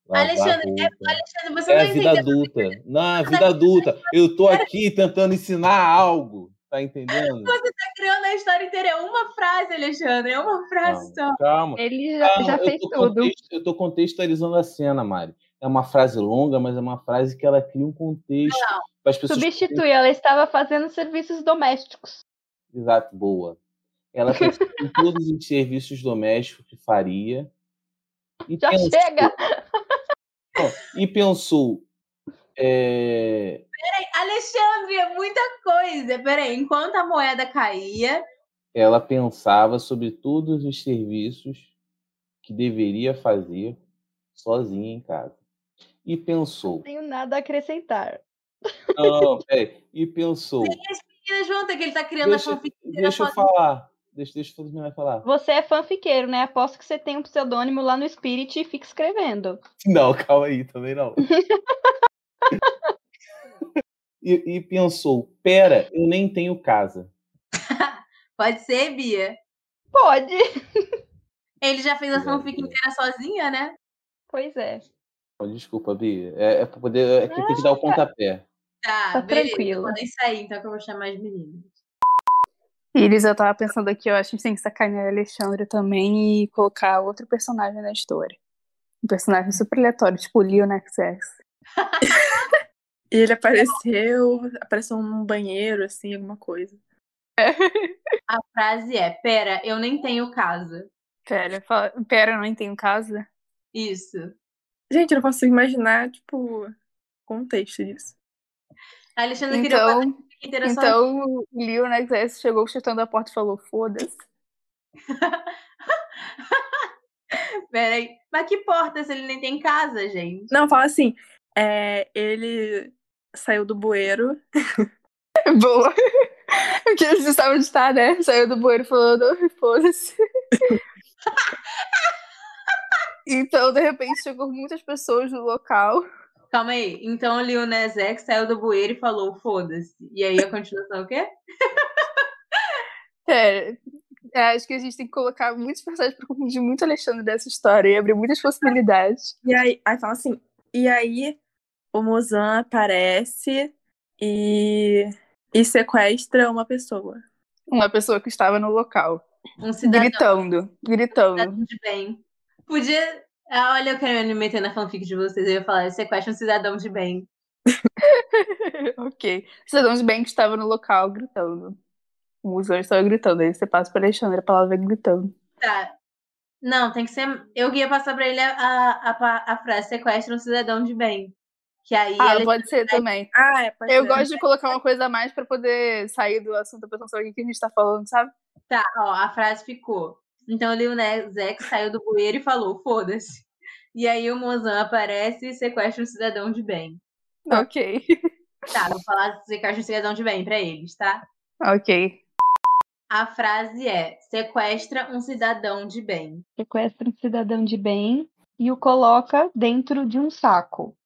Speaker 4: lavar
Speaker 1: Alexandre, é-
Speaker 4: roupa.
Speaker 1: Alexandre, você
Speaker 4: É
Speaker 1: não
Speaker 4: a vida
Speaker 1: entendeu.
Speaker 4: adulta. Na vida adulta, eu tô aqui tentando ensinar algo, tá entendendo?
Speaker 1: Tá criando a história inteira. É uma frase, Alexandre. É uma frase só.
Speaker 4: Calma, calma.
Speaker 2: Ele já, já
Speaker 4: calma,
Speaker 2: fez
Speaker 4: eu tô
Speaker 2: tudo.
Speaker 4: context- eu tô contextualizando a cena, Mari. É uma frase longa, mas é uma frase que ela cria um contexto para as pessoas
Speaker 2: Substitui, ela estava fazendo serviços domésticos.
Speaker 4: Exato, boa. Ela pensou em todos os serviços domésticos que faria. E
Speaker 2: Já
Speaker 4: pensou,
Speaker 2: chega!
Speaker 4: Não, E pensou. é,
Speaker 1: Alexandre, é muita coisa. Peraí, enquanto a moeda caía,
Speaker 4: ela pensava sobre todos os serviços que deveria fazer sozinha em casa. E pensou.
Speaker 2: Não tenho nada a acrescentar.
Speaker 4: Não, peraí. E pensou.
Speaker 1: meninas vão ter que ele tá criando a
Speaker 4: Deixa,
Speaker 1: fanfic inteira
Speaker 4: deixa eu
Speaker 1: sozinho.
Speaker 4: falar. Deixa, deixa eu terminar de falar.
Speaker 2: Você é fanfiqueiro, né? Aposto que você tem um pseudônimo lá no Spirit e fica escrevendo.
Speaker 4: Não, calma aí, também não. e, e pensou, pera, eu nem tenho casa.
Speaker 1: Pode ser, Bia.
Speaker 2: Pode!
Speaker 1: Ele já fez a
Speaker 4: Obrigado,
Speaker 1: fanfic
Speaker 4: Bia.
Speaker 1: inteira sozinha, né?
Speaker 2: Pois é,
Speaker 4: Oh, Desculpa, Bia. É, é pra poder. É que tem que dar o pontapé.
Speaker 1: Tá,
Speaker 2: tá
Speaker 1: beleza.
Speaker 2: tranquilo.
Speaker 1: Podem sair, então, que eu vou chamar as meninas.
Speaker 5: Iris, eu tava pensando aqui, eu acho que a gente tem que sacanear a Alexandre também e colocar outro personagem na história. Um personagem super aleatório, tipo Leo Nexus.
Speaker 3: E ele apareceu, apareceu num banheiro, assim, alguma coisa.
Speaker 1: A frase é: Pera, eu nem tenho casa.
Speaker 5: Pera, fala... Pera, eu não entendo casa.
Speaker 1: Isso.
Speaker 3: Gente, eu não consigo imaginar, tipo, o contexto disso.
Speaker 1: Alexandre criou a
Speaker 5: Então,
Speaker 1: fanfic inteira sozinho.
Speaker 5: então o Leo Nexus é, chegou chutando a porta e falou: foda-se.
Speaker 1: Peraí. Mas que porta se ele nem tem casa, gente?
Speaker 3: Não, fala assim, é, ele saiu do bueiro.
Speaker 5: Boa. É Porque eles não sabem onde está, né? Saiu do banheiro falando, foda-se. Então, de repente, chegou muitas pessoas no local.
Speaker 1: Calma aí. Então o Lil Nas X saiu do bueiro e falou: Foda-se. E aí a continuação é o quê?
Speaker 5: É, é, acho que a gente tem que colocar muitos personagens pra confundir muito o Alexandre dessa história e abrir muitas possibilidades.
Speaker 3: E aí, aí fala assim, e aí o Mozan aparece e, e sequestra uma pessoa.
Speaker 5: Uma pessoa que estava no local,
Speaker 1: Um cidadão.
Speaker 5: gritando, gritando.
Speaker 1: cidadão de bem. Podia. Ah, olha, eu quero me meter na fanfic de vocês. Eu ia falar, sequestra um cidadão de bem.
Speaker 5: ok. Cidadão de bem que estava no local, gritando. O museu estava gritando, aí você passa para Alexandre, a palavra é gritando.
Speaker 1: Tá. Não, tem que ser. Eu ia passar pra ele a, a, a pa- a frase sequestra um cidadão de bem. Que aí
Speaker 5: Ah,
Speaker 1: ele.
Speaker 5: pode ser também.
Speaker 3: Ah, é, pode
Speaker 5: Eu
Speaker 3: ser.
Speaker 5: gosto de colocar uma coisa a mais pra poder sair do assunto da pessoa sobre o que a gente tá falando, sabe?
Speaker 1: Né, Tá, ó, a frase ficou. Então o Lil Nas X saiu do bueiro e falou: foda-se. E aí o Mozan aparece e sequestra um cidadão de bem.
Speaker 3: Ah.
Speaker 5: Ok.
Speaker 1: Tá, vou falar sequestra um cidadão de bem pra eles, tá?
Speaker 5: Ok.
Speaker 1: A frase é: sequestra um cidadão de bem.
Speaker 2: Sequestra um cidadão de bem e o coloca dentro de um saco.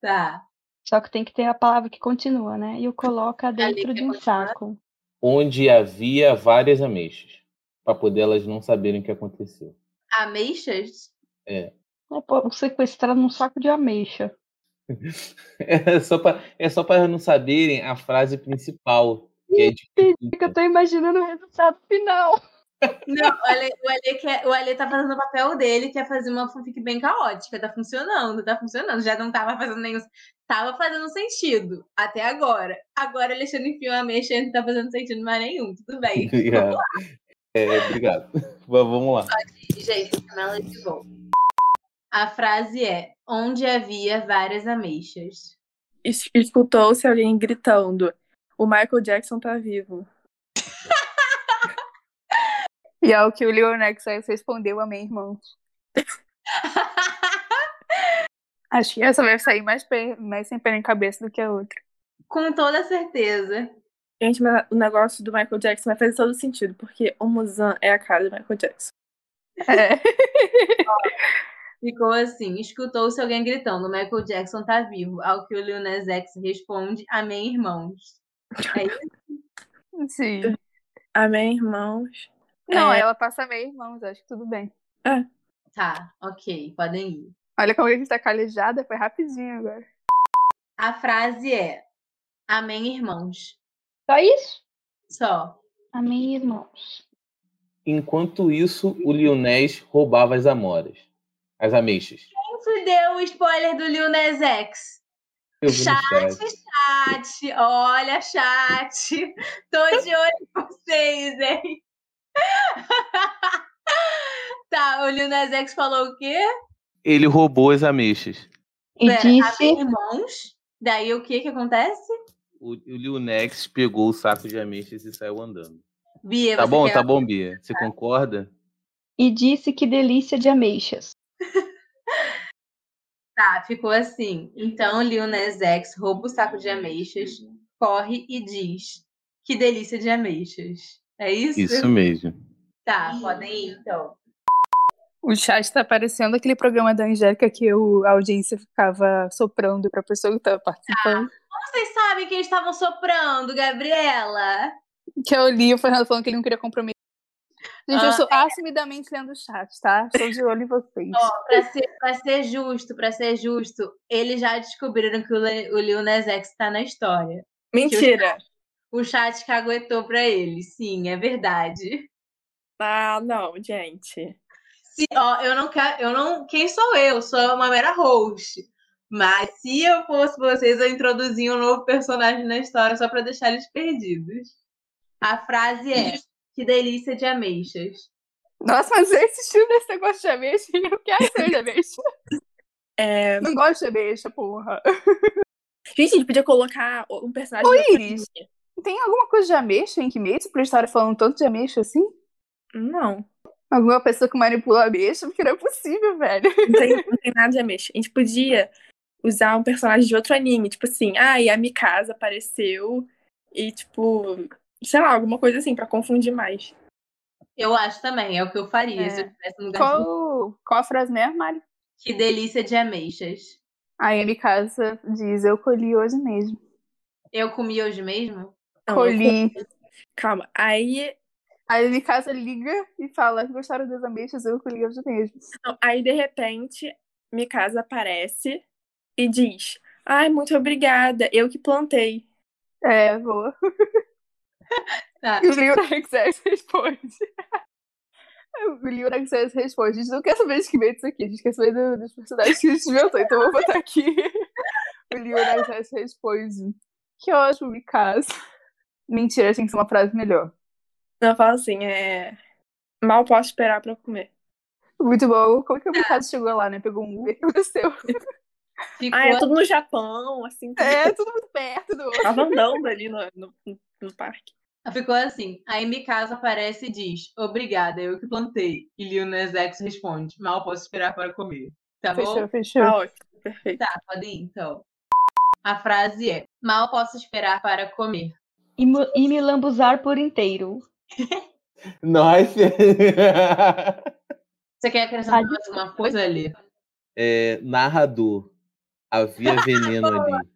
Speaker 1: Tá.
Speaker 2: Só que tem que ter a palavra que continua, né? E o coloca dentro
Speaker 1: que
Speaker 2: de um
Speaker 1: continua.
Speaker 2: saco.
Speaker 4: Onde havia várias ameixas. Pra poder elas não saberem o que aconteceu.
Speaker 1: Ameixas?
Speaker 2: É, pô, sequestrado num saco de ameixa.
Speaker 4: É só pra, é só pra elas não saberem a frase principal. Que é de
Speaker 2: É que eu tô imaginando o resultado final.
Speaker 1: Não, o Ale, o, Ale quer- o Ale tá fazendo o papel dele, que é fazer uma fanfic bem caótica. Tá funcionando, tá funcionando. Já não tava fazendo nenhum. Tava fazendo sentido até agora. Agora Alexandre enfiou a mecha e não tá fazendo sentido mais nenhum. Tudo bem.
Speaker 4: Obrigado. É, obrigado. Va- Vamos lá.
Speaker 1: Gente, ela de volta. A frase é: onde havia várias ameixas.
Speaker 3: Es- Escutou-se alguém gritando: O Michael Jackson tá vivo.
Speaker 5: E ao que o Leonex respondeu, amém, irmão. Acho que essa vai sair mais, pe- mais sem pé em cabeça do que a outra.
Speaker 1: Com toda certeza.
Speaker 3: Gente, mas o negócio do Michael Jackson vai fazer todo sentido, porque o Muzan é a cara do Michael Jackson.
Speaker 5: É.
Speaker 1: Ficou assim: escutou-se alguém gritando: Michael Jackson tá vivo. Ao que o Lil Nas X responde: Amém, irmãos. É isso.
Speaker 5: Sim.
Speaker 3: Amém, Ah, irmãos?
Speaker 5: Não,
Speaker 3: É.
Speaker 5: ela passa amém, irmãos. Acho que tudo bem.
Speaker 1: Tá, ok, podem ir.
Speaker 5: Olha como a gente tá calejada, foi rapidinho agora.
Speaker 1: A frase é: Amém, irmãos.
Speaker 2: Só isso?
Speaker 1: Só.
Speaker 2: Amém, irmãos.
Speaker 4: Enquanto isso, o Lionés roubava as amoras. As ameixas.
Speaker 1: Quem te deu o spoiler do Lil Nas X?
Speaker 4: Eu vi no
Speaker 1: Chat,
Speaker 4: chat.
Speaker 1: chat, olha, chat. Tô de olho em vocês, hein? tá, o Lil Nas X falou o quê?
Speaker 4: Ele roubou as ameixas.
Speaker 2: E
Speaker 1: Pera,
Speaker 2: disse.
Speaker 1: Amém, irmãos. Daí o que que acontece?
Speaker 4: O, o Lionex pegou o saco de ameixas e saiu andando.
Speaker 1: Bia,
Speaker 4: Tá
Speaker 1: você
Speaker 4: bom,
Speaker 1: quer-
Speaker 4: tá bom, Bia. Você concorda?
Speaker 2: E disse que delícia de ameixas.
Speaker 1: Tá, ficou assim. Então, Lil Nas X rouba o saco de ameixas, corre e diz: Que delícia de ameixas. É isso?
Speaker 4: Isso mesmo.
Speaker 1: Tá, podem ir então.
Speaker 5: O chat tá parecendo aquele programa da Angélica que o- a audiência ficava soprando pra pessoa que tava
Speaker 1: Como
Speaker 5: participando.
Speaker 1: Vocês sabem que eles estavam soprando, Gabriela?
Speaker 5: Que eu li o Fernando falando que ele não queria compromisso. Gente,
Speaker 1: Ah,
Speaker 5: eu estou assumidamente lendo o chat, tá? Estou de olho em vocês.
Speaker 1: Ó, pra ser, pra ser justo, pra ser justo, eles já descobriram que o, Le- o Lil Nas X tá na história.
Speaker 3: Mentira!
Speaker 1: O chat caguetou pra eles, sim, é verdade.
Speaker 3: Ah, não, gente.
Speaker 1: Se, ó, eu não quero, eu não, quem sou eu? Sou uma mera host. Mas se eu fosse vocês, eu introduzia um novo personagem na história só pra deixar eles perdidos. A frase é: Que delícia de ameixas.
Speaker 5: Nossa, mas eu insistindo nesse negócio de ameixa e eu quero ser de ameixa.
Speaker 3: É...
Speaker 5: Não gosto de ameixa, porra.
Speaker 3: Gente, a gente podia colocar um personagem.
Speaker 5: Ô,
Speaker 3: da
Speaker 5: Iris.
Speaker 3: família.
Speaker 5: Tem alguma coisa de ameixa em Kimetsu pra história falando tanto de ameixa assim?
Speaker 3: Não,
Speaker 5: Alguma pessoa que manipula a ameixa? Porque não é possível, velho.
Speaker 3: não tem, não tem nada de ameixa. A gente podia usar um personagem de outro anime, tipo assim, ah, e a Mikasa apareceu e, tipo, sei lá, alguma coisa assim, pra confundir mais.
Speaker 1: Eu acho também, é o que eu faria
Speaker 5: É.
Speaker 1: se eu estivesse no lugar de vocês.
Speaker 5: Qual, qual a frase mesmo, Mari?
Speaker 1: Que delícia de ameixas.
Speaker 5: A Amy Casa diz, eu colhi hoje mesmo.
Speaker 1: Eu comi hoje mesmo?
Speaker 3: Não,
Speaker 5: Ah, Colhi.
Speaker 3: Calma, aí,
Speaker 5: A Amy Casa liga e fala, gostaram das ameixas, eu colhi hoje mesmo.
Speaker 3: não, aí de repente, Mikasa aparece e diz: Ai, muito obrigada, eu que plantei.
Speaker 5: É, boa.
Speaker 1: Tá.
Speaker 5: E o Liuraxés responde. O Liuraxés responde, a gente não quer saber de Kimetsu aqui, a gente quer saber do- dos personagens que a gente inventou, então eu vou botar aqui. O Liuraxés responde, que ótimo, Mikasa. Mentira, tem que ser uma frase melhor.
Speaker 3: Não, fala assim, é. Mal posso esperar pra comer.
Speaker 5: Muito bom. Como que o Mikasa chegou lá, né? Pegou um Uber e desceu.
Speaker 1: Ficou
Speaker 3: Ah, é tudo no Japão, assim, tudo
Speaker 5: É, tudo muito perto do outro.
Speaker 3: Tava andando ali no, no, no parque.
Speaker 1: Ficou assim. Aí Mikasa aparece e diz: Obrigada, eu que plantei. E Lil Nas X responde: Mal posso esperar para comer. Tá bom?
Speaker 5: Fechou, fechou.
Speaker 3: Tá ótimo, perfeito.
Speaker 1: Tá, pode ir então. A frase é: Mal posso esperar para comer.
Speaker 2: E, mu- e me lambuzar por inteiro.
Speaker 4: Nossa!
Speaker 1: Você quer acrescentar mais alguma coisa ali?
Speaker 4: É, narrador. Havia veneno ali.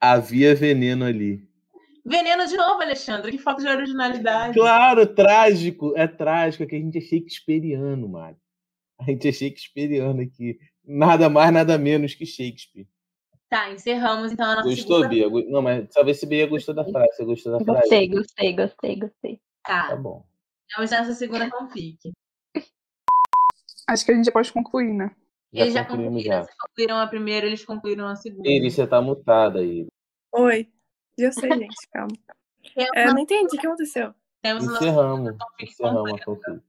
Speaker 4: Havia veneno ali.
Speaker 1: Veneno de novo, Alexandre. Que falta de originalidade.
Speaker 4: Claro, trágico. É trágico, é que a gente é shakespeariano, Mário. A gente é shakespeariano aqui. Nada mais, nada menos que Shakespeare.
Speaker 1: Tá, encerramos então a nossa
Speaker 4: Gostou,
Speaker 1: segunda...
Speaker 4: Bia? Go- Não, mas talvez se Bia gostou da frase. Você gostou da frase?
Speaker 2: Gostei, gostei, gostei, gostei.
Speaker 4: Tá
Speaker 1: Tá,
Speaker 4: bom.
Speaker 1: vamos nossa segunda fanfic.
Speaker 5: Acho que a gente já pode concluir, né?
Speaker 1: Eles já
Speaker 4: concluímos
Speaker 1: concluíram, vocês concluíram a primeira, eles concluíram a segunda.
Speaker 4: Iris, você tá mutada aí.
Speaker 3: Oi. Já sei, gente, calma.
Speaker 1: Temos,
Speaker 3: É, não entendi o que aconteceu.
Speaker 1: temos a nossa
Speaker 4: Encerramos.
Speaker 1: fanfic
Speaker 4: Encerramos a
Speaker 1: completa.
Speaker 4: confusão.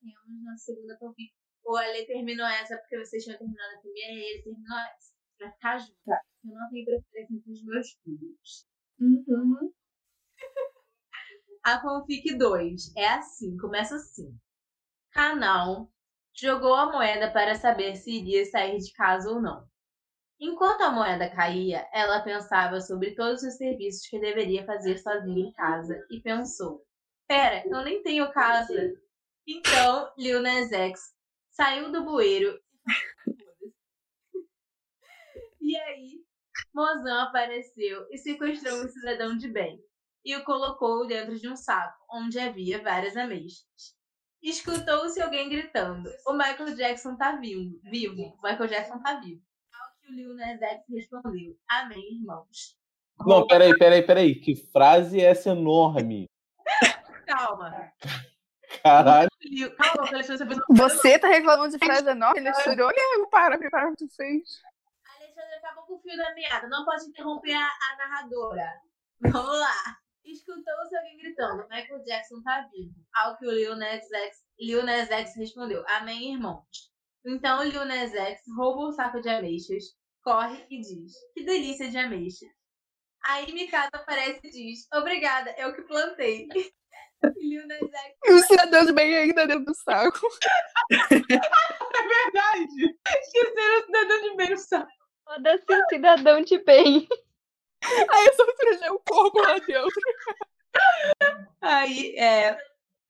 Speaker 1: Temos nossa segunda fanfic. O Ale terminou essa porque vocês tinham terminado a primeira e ele terminou essa. Pra ficar junto. Eu não tenho preferência entre os meus filhos. A fanfic 2 é assim, começa assim. Canal jogou a moeda para saber se iria sair de casa ou não. Enquanto a moeda caía, ela pensava sobre todos os serviços que deveria fazer sozinha em casa e pensou: Pera, eu nem tenho casa. Então, Lil Nas X saiu do bueiro e aí, Mozão apareceu e sequestrou um cidadão de bem e o colocou dentro de um saco, onde havia várias ameixas. Escutou-se alguém gritando: O Michael Jackson tá vivo, vivo, o Michael Jackson tá vivo. Ao que o Lil Nas X respondeu: Amém, irmãos.
Speaker 4: Não, peraí, peraí, peraí. Que frase é essa enorme?
Speaker 1: Calma.
Speaker 4: Caralho.
Speaker 1: Lil- Calma, que o Alexandre fez uma-
Speaker 5: Você tá reclamando de frase enorme? Ele estourou. Olha, eu paro, preparo pra vocês.
Speaker 1: Alexandre acabou com o fio da meada. Não pode interromper a, a narradora. Vamos lá. Escutou-se alguém gritando: Michael Jackson tá vivo. Ao que o Lil Nas X, Lil Nas X respondeu: Amém, irmãos. Então o Lil Nas X rouba o saco de ameixas, corre e diz: Que delícia de ameixa. Aí Mikasa aparece e diz: Obrigada, eu que plantei. E Lil Nas X
Speaker 5: E o cidadão de bem ainda dentro do saco.
Speaker 4: Verdade.
Speaker 1: esqueceu o cidadão de meio saco.
Speaker 2: Foda-se, um cidadão de bem.
Speaker 5: Aí eu só um trajei o corpo lá dentro.
Speaker 1: Aí é.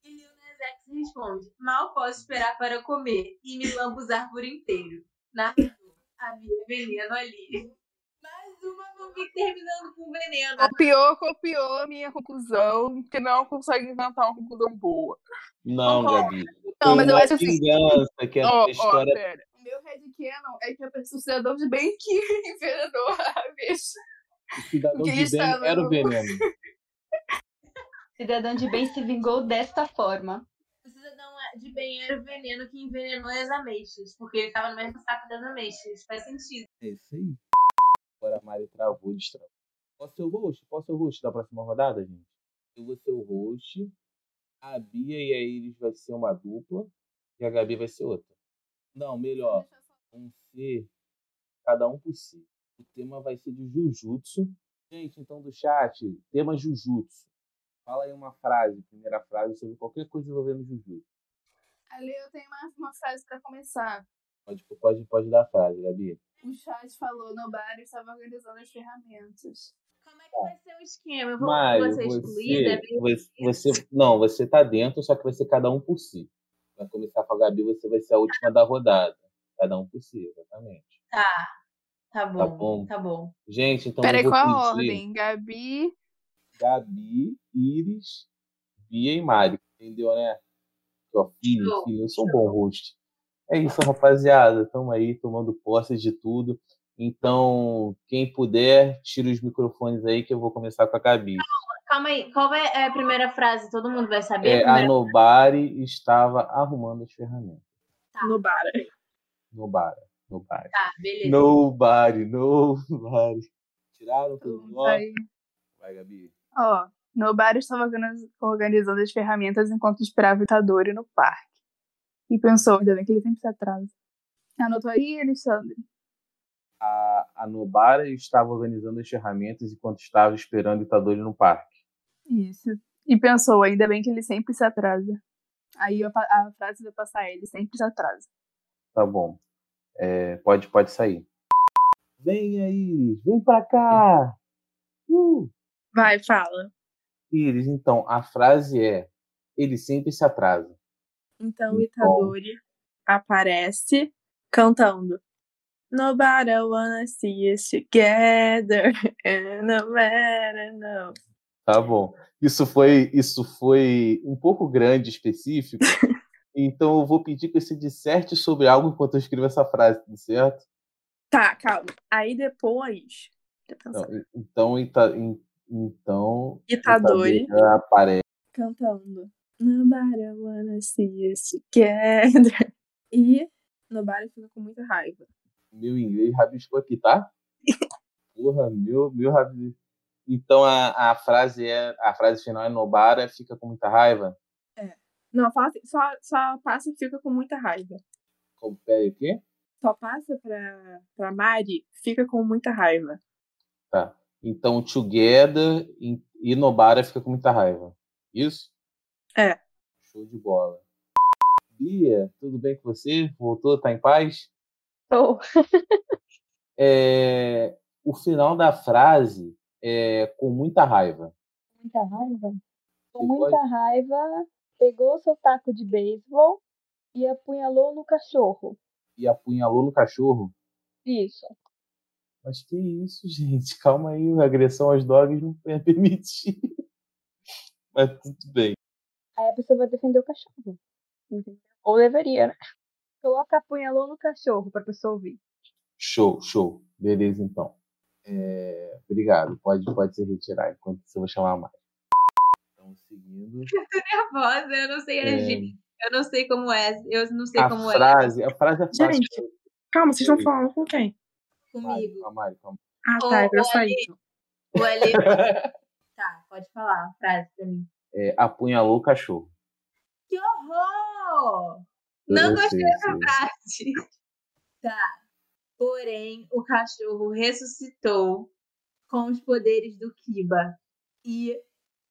Speaker 1: E Lil Nas X responde: Mal posso esperar para comer e me lambuzar por inteiro. Na havia veneno ali. Mais uma Ah. fanfic terminando com veneno.
Speaker 5: Copiou, copiou a minha conclusão, que não consegue inventar uma conclusão boa.
Speaker 4: Não,
Speaker 1: Concordo.
Speaker 4: Gabi.
Speaker 5: Não, mas eu
Speaker 4: Uma
Speaker 5: acho assim.
Speaker 4: vingança, que é
Speaker 5: Ó,
Speaker 4: uma
Speaker 5: ó,
Speaker 4: história
Speaker 5: pera. O meu headcanon é que a pessoa o cidadão de bem que envenenou a vez.
Speaker 4: O cidadão
Speaker 5: Que é um
Speaker 4: de bem
Speaker 5: estava
Speaker 4: era
Speaker 5: no-
Speaker 4: o veneno.
Speaker 2: Cidadão de bem se vingou desta forma.
Speaker 1: O cidadão de bem era o veneno que envenenou as ameixas, porque ele estava no mesmo saco das ameixas. Faz sentido.
Speaker 4: É isso aí. Agora a Mari travou, destravou. Posso ser o host? Posso ser o host da próxima rodada, gente? Eu vou ser o host. A Bia e a Iris vai ser uma dupla. E a Gabi vai ser outra. Não, melhor. Vão ser cada um por si. O tema vai ser de Jujutsu. Gente, então do chat, tema Jujutsu. Fala aí uma frase, primeira frase, sobre qualquer coisa envolvendo Jujutsu.
Speaker 5: Ali eu tenho uma, uma frase pra começar.
Speaker 4: Pode, pode, pode dar a frase, Gabi.
Speaker 5: O chat falou, Nobara estava organizando as ferramentas.
Speaker 1: Como é que vai ser o esquema? Eu vou
Speaker 4: Mário,
Speaker 1: você excluída? é
Speaker 4: você, você, você- não, você tá dentro, só que vai ser cada um por si. Vai começar com a Gabi, você vai ser a última da rodada. Cada um por si, exatamente.
Speaker 1: Tá
Speaker 4: Tá
Speaker 1: bom,
Speaker 4: bom.
Speaker 1: tá bom.
Speaker 4: Gente, então
Speaker 5: Peraí,
Speaker 4: eu vou
Speaker 5: qual a
Speaker 4: pedir
Speaker 5: ordem? Gabi.
Speaker 4: Gabi, Iris, Bia e Mário. Entendeu, né? Ó, filho,
Speaker 1: Show,
Speaker 4: filho, eu sou um bom host. É isso, rapaziada. Estamos aí tomando posse de tudo. Então, quem puder, tira os microfones aí que eu vou começar com a Gabi.
Speaker 1: Calma aí, qual é é a primeira frase? Todo mundo vai saber.
Speaker 4: É,
Speaker 1: a
Speaker 4: a
Speaker 1: primeira
Speaker 4: Nobari estava arrumando as ferramentas.
Speaker 3: Nobara.
Speaker 4: Nobara. Nobara.
Speaker 1: Tá, beleza.
Speaker 4: Nobody, nobody. Tiraram
Speaker 5: Todo
Speaker 4: tudo.
Speaker 5: mundo
Speaker 4: Ó,
Speaker 5: tá aí.
Speaker 4: Vai, Gabi.
Speaker 5: Ó, Nobara estava organiz- organizando as ferramentas enquanto esperava o Itadori no parque. E pensou, ainda bem que ele sempre se atrasa. Anotou aí, Alexandre?
Speaker 4: A, a Nobara estava organizando as ferramentas enquanto estava esperando o Itadori no parque.
Speaker 5: Isso. E pensou, ainda bem que ele sempre se atrasa. Aí a, pa- a frase vai passar, ele sempre se atrasa.
Speaker 4: Tá bom. É, pode, pode sair. Vem aí, vem pra cá! Uh!
Speaker 3: Vai, fala.
Speaker 4: Iris, então, a frase é: ele sempre se atrasa.
Speaker 3: Então
Speaker 4: Bom.
Speaker 3: Itadori aparece cantando. Nobody wanna see us together. And no matter, no.
Speaker 4: Tá bom. Isso foi, isso foi um pouco grande, específico. então eu vou pedir que você disserte sobre algo enquanto eu escrevo essa frase, tudo certo?
Speaker 3: Tá, calma. Aí depois. deixa eu pensar.
Speaker 4: Então, então, Ita- in- então
Speaker 3: Tá Itadori
Speaker 4: Itadori aparece.
Speaker 3: cantando. Nobody wanna see us together. E Nobody fica com muita raiva.
Speaker 4: Meu inglês rabiscou aqui, tá? Porra, meu, meu rabisco. Então a, a frase é a frase final é Nobara fica com muita raiva.
Speaker 3: Não, fala assim, só, só passa e fica com muita raiva.
Speaker 4: Como- Peraí, o quê?
Speaker 3: Só passa pra, pra Mari, fica com muita raiva.
Speaker 4: Então, Together e- e Nobara fica com muita raiva. Isso?
Speaker 3: É.
Speaker 4: Show de bola. Bia, tudo bem com você? Voltou? Tá em paz?
Speaker 2: Tô.
Speaker 4: É, o final da frase é com muita raiva.
Speaker 2: Muita raiva. Com
Speaker 4: Você
Speaker 2: muita raiva, pegou seu taco de beisebol e apunhalou no cachorro.
Speaker 4: E apunhalou no cachorro.
Speaker 2: Isso.
Speaker 4: Mas que isso, gente? Calma aí, agressão aos dogs não é permitida. Mas tudo bem.
Speaker 2: Aí a pessoa vai defender o cachorro. Entendeu? Ou deveria, né? Coloca apunhalou no cachorro pra pessoa ouvir.
Speaker 4: Show, show. Beleza, então. É, obrigado. Pode, pode se retirar enquanto eu vou chamar mais. Então, seguindo.
Speaker 1: Nervosa, eu não sei agir. Eu não sei como é. Eu não sei
Speaker 4: É. a
Speaker 1: como
Speaker 4: frase, a frase é fácil.
Speaker 3: Gente, Calma, vocês estão falando com quem?
Speaker 1: é
Speaker 4: Mari,
Speaker 1: comigo.
Speaker 4: calma, Mari, calma.
Speaker 3: Ah,
Speaker 1: Ô,
Speaker 3: tá, é pra
Speaker 1: ô,
Speaker 3: sair.
Speaker 1: O Ale... tá, pode falar a frase pra mim.
Speaker 4: É, apunhalou o cachorro.
Speaker 1: Que horror! Não
Speaker 4: Eu
Speaker 1: gostei
Speaker 4: sei,
Speaker 1: dessa
Speaker 4: eu sei.
Speaker 1: frase. Tá. Porém, o cachorro ressuscitou com os poderes do Kiba e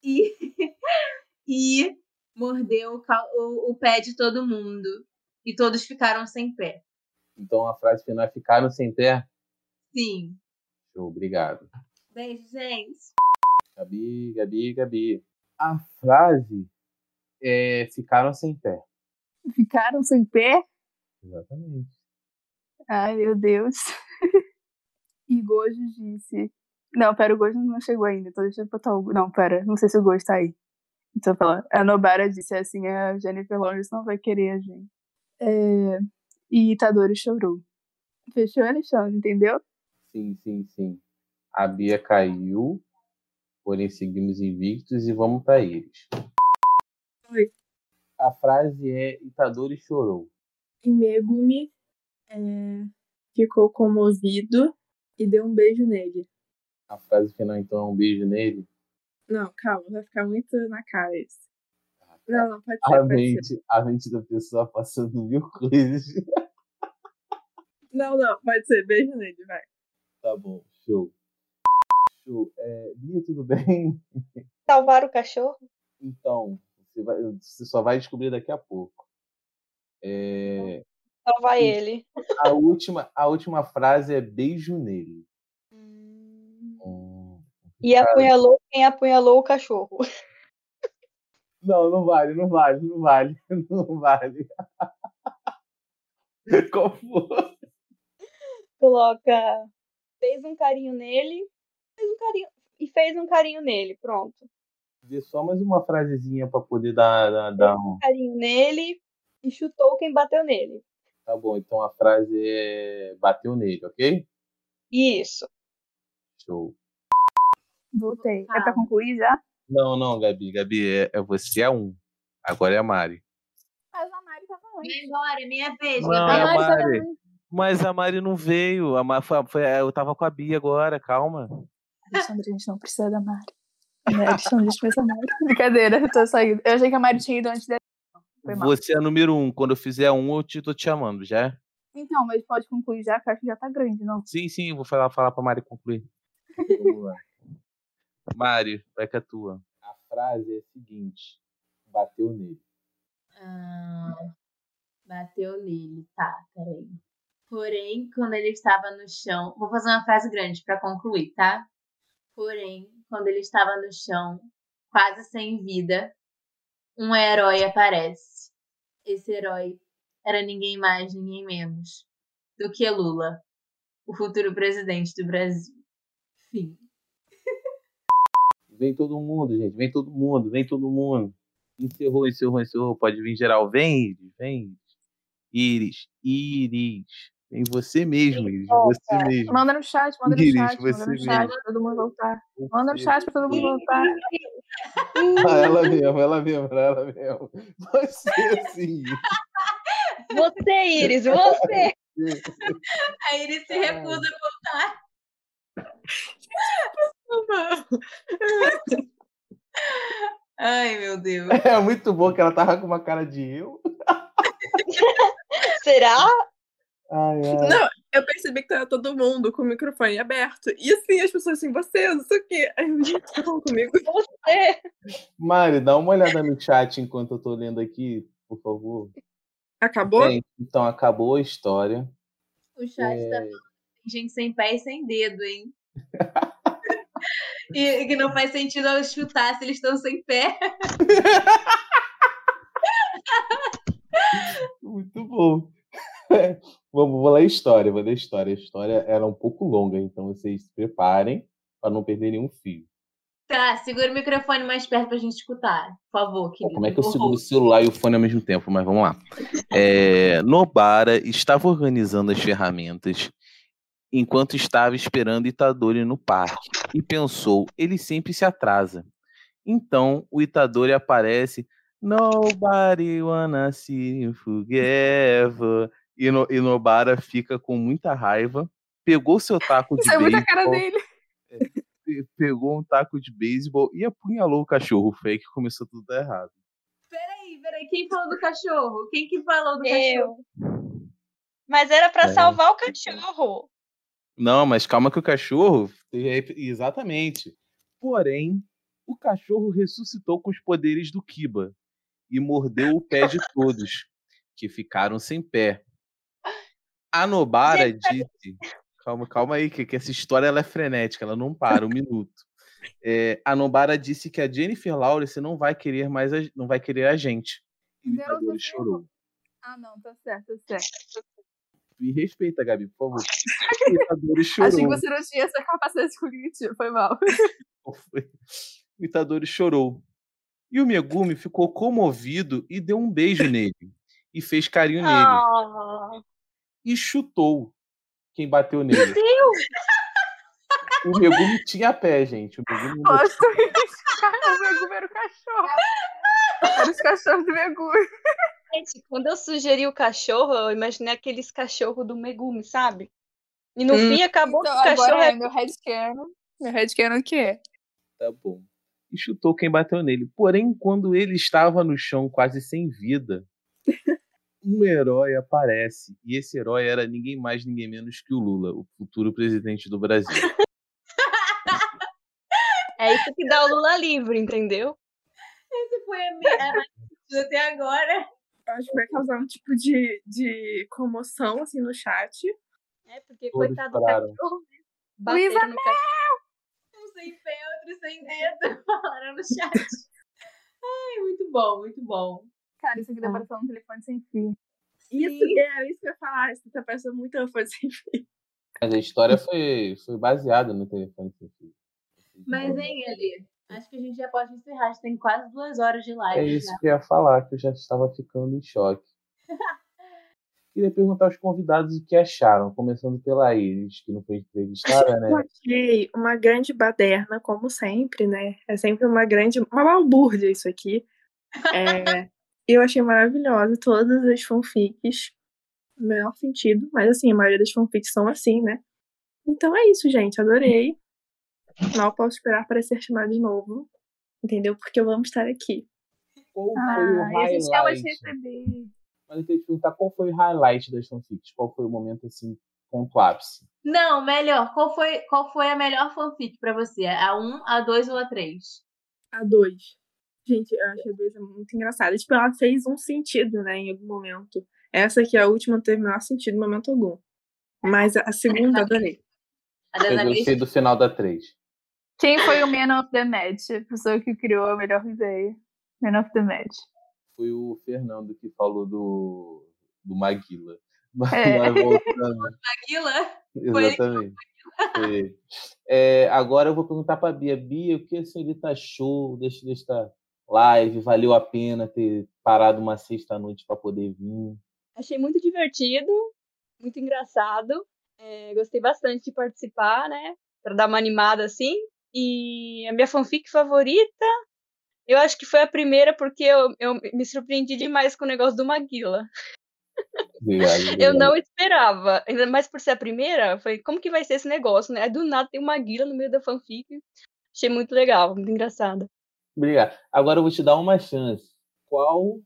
Speaker 1: e e mordeu o, ca- o- o pé de todo mundo e todos ficaram sem pé.
Speaker 4: Então a frase final é ficaram sem pé.
Speaker 1: Sim.
Speaker 4: Show, obrigado.
Speaker 1: Beijo, gente.
Speaker 4: Gabi, Gabi, Gabi. A frase é ficaram sem pé.
Speaker 5: Ficaram sem pé?
Speaker 4: Exatamente.
Speaker 5: Ai, meu Deus. e Gojo disse. Não, pera, o Gojo não chegou ainda, então deixa eu botar o. Não, pera, não sei se o Gojo tá aí. Então fala. A Nobara disse assim: a Jennifer Lawrence não vai querer a gente. É, E Itadori chorou. Fechou, Alexandre, entendeu?
Speaker 4: Sim, sim, sim. A Bia caiu, porém seguimos invictos e vamos pra eles.
Speaker 3: Oi.
Speaker 4: A frase é Itadori chorou.
Speaker 3: E Megumi é, ficou comovido e deu um beijo nele.
Speaker 4: A frase final então é um beijo nele.
Speaker 3: Não, calma, vai ficar muito na cara isso.
Speaker 4: A-
Speaker 3: Não, não, pode ser,
Speaker 4: A
Speaker 3: pode ser.
Speaker 4: mente, a mente da pessoa passando mil coisas.
Speaker 3: Não, não, pode ser, beijo nele, vai.
Speaker 4: Tá bom, show. Show. É, Bia, tudo bem?
Speaker 2: Salvar o cachorro?
Speaker 4: Então, você, vai- você só vai descobrir daqui a pouco. É,
Speaker 2: Salvar
Speaker 4: Sim.
Speaker 2: ele.
Speaker 4: a, última, a última frase é beijo nele. Hum.
Speaker 2: E apunhalou quem apunhalou o cachorro.
Speaker 4: Não, não vale, não vale, não vale, não vale. Qual foi?
Speaker 2: Coloca. Fez um carinho nele. Fez um carinho. E fez um carinho nele. Pronto.
Speaker 4: Vê Só mais uma frasezinha pra poder dar, dar, dar um.
Speaker 2: Carinho nele. E chutou quem bateu nele.
Speaker 4: Tá bom, então a frase é bateu nele, ok?
Speaker 2: Isso.
Speaker 4: Show.
Speaker 5: Voltei. É
Speaker 1: Fala.
Speaker 5: pra concluir já?
Speaker 4: Não, não, Gabi, Gabi, é, é você a um. Agora é a Mari.
Speaker 5: Mas a Mari tava antes.
Speaker 1: Vai embora, é minha vez.
Speaker 4: Não,
Speaker 1: minha vez.
Speaker 4: é a
Speaker 5: Mari tava
Speaker 4: Mari.
Speaker 5: antes.
Speaker 4: Mas a Mari não veio. A Ma- foi- foi- eu tava com a Bia agora, calma.
Speaker 5: Alexandre, a gente não precisa da Mari. Né, Alexandre, a gente precisa da Mari. Brincadeira, eu tô saindo. Eu achei que a Mari tinha ido antes da. Foi mal.
Speaker 4: Você é número um. Quando eu fizer um, eu te, tô te chamando, já? é?
Speaker 5: Então, mas pode concluir já, que eu acho que já tá grande, não.
Speaker 4: Sim, sim, vou falar, falar pra Mari concluir. Vamos lá. Mari, vai que é tua. A frase é a seguinte: bateu nele.
Speaker 1: Ah, bateu nele. Tá, peraí. Porém, quando ele estava no chão. Vou fazer uma frase grande para concluir, tá? Porém, quando ele estava no chão, quase sem vida, um herói aparece. Esse herói era ninguém mais, ninguém menos do que Lula, o futuro presidente do Brasil. Fim.
Speaker 4: Vem todo mundo, gente, vem todo mundo, vem todo mundo. Encerrou, encerrou, encerrou. Pode vir geral. Vem, Iris, vem. Iris, Iris. Vem você mesmo, Iris. Você mesmo.
Speaker 5: Manda no chat, manda no
Speaker 4: Iris,
Speaker 5: chat, manda
Speaker 4: você
Speaker 5: no chat pra todo mundo voltar. Manda no chat pra todo mundo voltar.
Speaker 4: Ah, ela mesmo, ela mesmo, ela mesmo. assim, Você sim.
Speaker 2: Você, Iris, você!
Speaker 1: Aí ele
Speaker 4: É.
Speaker 1: se recusa Ai, meu Deus.
Speaker 4: É muito bom que ela tava com uma cara de eu.
Speaker 2: Será?
Speaker 4: Ai, ai.
Speaker 3: Não, eu percebi que tava todo mundo com o microfone aberto. E assim, as pessoas assim, você, não sei o quê. Aí eu, gente, tá falando comigo?
Speaker 2: Você!
Speaker 4: Mari, dá uma olhada no chat enquanto eu tô lendo aqui, por favor.
Speaker 3: Acabou?
Speaker 5: É.
Speaker 4: Bem, então acabou a história.
Speaker 1: O chat
Speaker 4: É,
Speaker 1: tá falando que tem gente sem pé e sem dedo, hein? e e que não faz sentido eu chutar se eles estão sem pé.
Speaker 4: Muito bom. Vamos, vou ler a história, vou ler a história. A história era um pouco longa, então vocês se preparem para não perder nenhum fio.
Speaker 1: Tá, segura o microfone mais perto pra gente escutar. Por favor, querido.
Speaker 4: Como é que eu
Speaker 1: Por
Speaker 4: seguro o
Speaker 1: favor.
Speaker 4: celular e o fone ao mesmo tempo? Mas vamos lá. É, Nobara estava organizando as ferramentas enquanto estava esperando Itadori no parque e pensou: ele sempre se atrasa. Então o Itadori aparece. Nobody wanna see you together. E, no, e Nobara fica com muita raiva, pegou seu taco de
Speaker 5: Isso é muita cara
Speaker 4: beisebol,
Speaker 5: dele.
Speaker 4: pe- pegou um taco de beisebol e apunhalou o cachorro. Foi aí que começou tudo a dar errado.
Speaker 1: Peraí, peraí, quem falou do cachorro? Quem que falou do cachorro?
Speaker 2: Eu. Mas era pra
Speaker 4: É.
Speaker 2: salvar o cachorro.
Speaker 4: Não, mas calma que o cachorro. Exatamente. Porém, o cachorro ressuscitou com os poderes do Kiba e mordeu o pé de todos, que ficaram sem pé. A Nobara disse. Calma, calma aí, que, que essa história ela é frenética, ela não para um minuto. É, a Nobara disse que a Jennifer Lawrence não vai querer mais, a, não vai querer a gente. E o
Speaker 5: Deus
Speaker 4: Itadori
Speaker 5: do céu.
Speaker 4: chorou.
Speaker 5: Ah, não, tá certo, tá certo.
Speaker 4: Me respeita, Gabi, por favor. O Itadori chorou.
Speaker 5: Achei que você não tinha essa capacidade cognitiva, foi mal.
Speaker 4: Qual foi? O Itadori chorou. E o Megumi ficou comovido e deu um beijo nele. E fez carinho nele.
Speaker 2: Ah,
Speaker 4: E chutou quem bateu nele. O Megumi tinha pé, gente. O Megumi não
Speaker 5: Gosto disso. Cara, o Megumi era o cachorro. Era os cachorros do Megumi.
Speaker 2: gente, quando eu sugeri o cachorro, eu imaginei aqueles cachorros do Megumi, sabe? E no
Speaker 3: Hum.
Speaker 2: fim acabou que
Speaker 5: Então,
Speaker 2: o cachorro
Speaker 5: agora
Speaker 2: é
Speaker 5: é meu headcanon. Meu headcanon o quê?
Speaker 4: Tá bom. E chutou quem bateu nele. Porém, quando ele estava no chão, quase sem vida, um herói aparece. E esse herói era ninguém mais, ninguém menos que o Lula, o futuro presidente do Brasil.
Speaker 2: É isso que dá o Lula livre, entendeu?
Speaker 1: Esse foi a minha a mais sentido até agora.
Speaker 3: Eu acho que vai causar um tipo de, de comoção, assim, no chat.
Speaker 2: É, porque
Speaker 4: Todos
Speaker 2: coitado do
Speaker 4: pararam.
Speaker 2: cachorro, né?
Speaker 5: Luísa
Speaker 2: Bateram no cachorro.
Speaker 1: Um sem pé, outro sem dedo. Falaram no chat. Ai, muito bom, muito bom.
Speaker 5: Cara, isso aqui dá pra
Speaker 3: Então.
Speaker 5: falar um telefone sem fio.
Speaker 3: Isso, era isso que eu ia falar. Isso tá parecendo muito assim.
Speaker 4: Mas a história foi, foi baseada no telefone sem fio.
Speaker 1: Mas, hein, Eli? Acho que a gente já pode encerrar. A gente tem quase duas horas de
Speaker 4: É
Speaker 1: live
Speaker 4: isso
Speaker 1: já.
Speaker 4: que eu ia falar, que eu já estava ficando em choque. Queria perguntar aos convidados o que acharam, começando pela Iris, que não foi entrevistada,
Speaker 3: Eu
Speaker 4: né?
Speaker 3: achei uma grande baderna, como sempre, né? É sempre uma grande. Uma balbúrdia isso aqui. É, eu achei maravilhosa todas as fanfics. No melhor sentido, mas assim, a maioria das fanfics são assim, né? Então é isso, gente. Adorei. Mal posso esperar para ser chamada de novo. Entendeu? Porque vamos estar aqui.
Speaker 4: Qual foi o
Speaker 5: Ah, e a
Speaker 4: highlight?
Speaker 5: gente acaba de receber.
Speaker 4: Mas eu queria te perguntar qual foi o highlight das fanfics? Qual foi o momento, assim, ponto ápice?
Speaker 1: Ah, Não, melhor. Qual um, foi, qual foi a melhor fanfic pra você? A 1, a 2 ou a 3?
Speaker 3: A dois. Gente, eu achei a Brisa muito engraçada. Tipo, ela fez um sentido, né, em algum momento. Essa aqui, é a última, não teve o menor sentido em momento algum. Mas a a segunda, adorei.
Speaker 1: A
Speaker 4: Eu
Speaker 1: Dana
Speaker 4: gostei
Speaker 1: Grace
Speaker 4: do final da 3.
Speaker 5: Quem foi o Man of the Match? A pessoa que criou a melhor ideia. Man of the Match.
Speaker 4: Foi o Fernando que falou do, do Maguila. Mas
Speaker 5: É.
Speaker 4: vai voltando.
Speaker 1: Aguila Foi ele que
Speaker 4: Exatamente. Foi ele. É, agora eu vou perguntar pra Bia. Bia, o que é a senhorita achou deste- desta live? Valeu a pena ter parado uma sexta-noite pra poder vir?
Speaker 2: Achei muito divertido, muito engraçado. É, gostei bastante de participar, né? Pra dar uma animada assim. E a minha fanfic favorita, eu acho que foi a primeira, porque eu, eu me surpreendi demais com o negócio do Maguila.
Speaker 4: Obrigado,
Speaker 2: Eu
Speaker 4: obrigado.
Speaker 2: não esperava. Ainda mais por ser a primeira, eu falei, como que vai ser esse negócio, né? Aí do nada tem o Maguila no meio da fanfic. Achei muito legal, muito engraçado.
Speaker 4: Obrigado. Agora eu vou te dar uma chance. Qual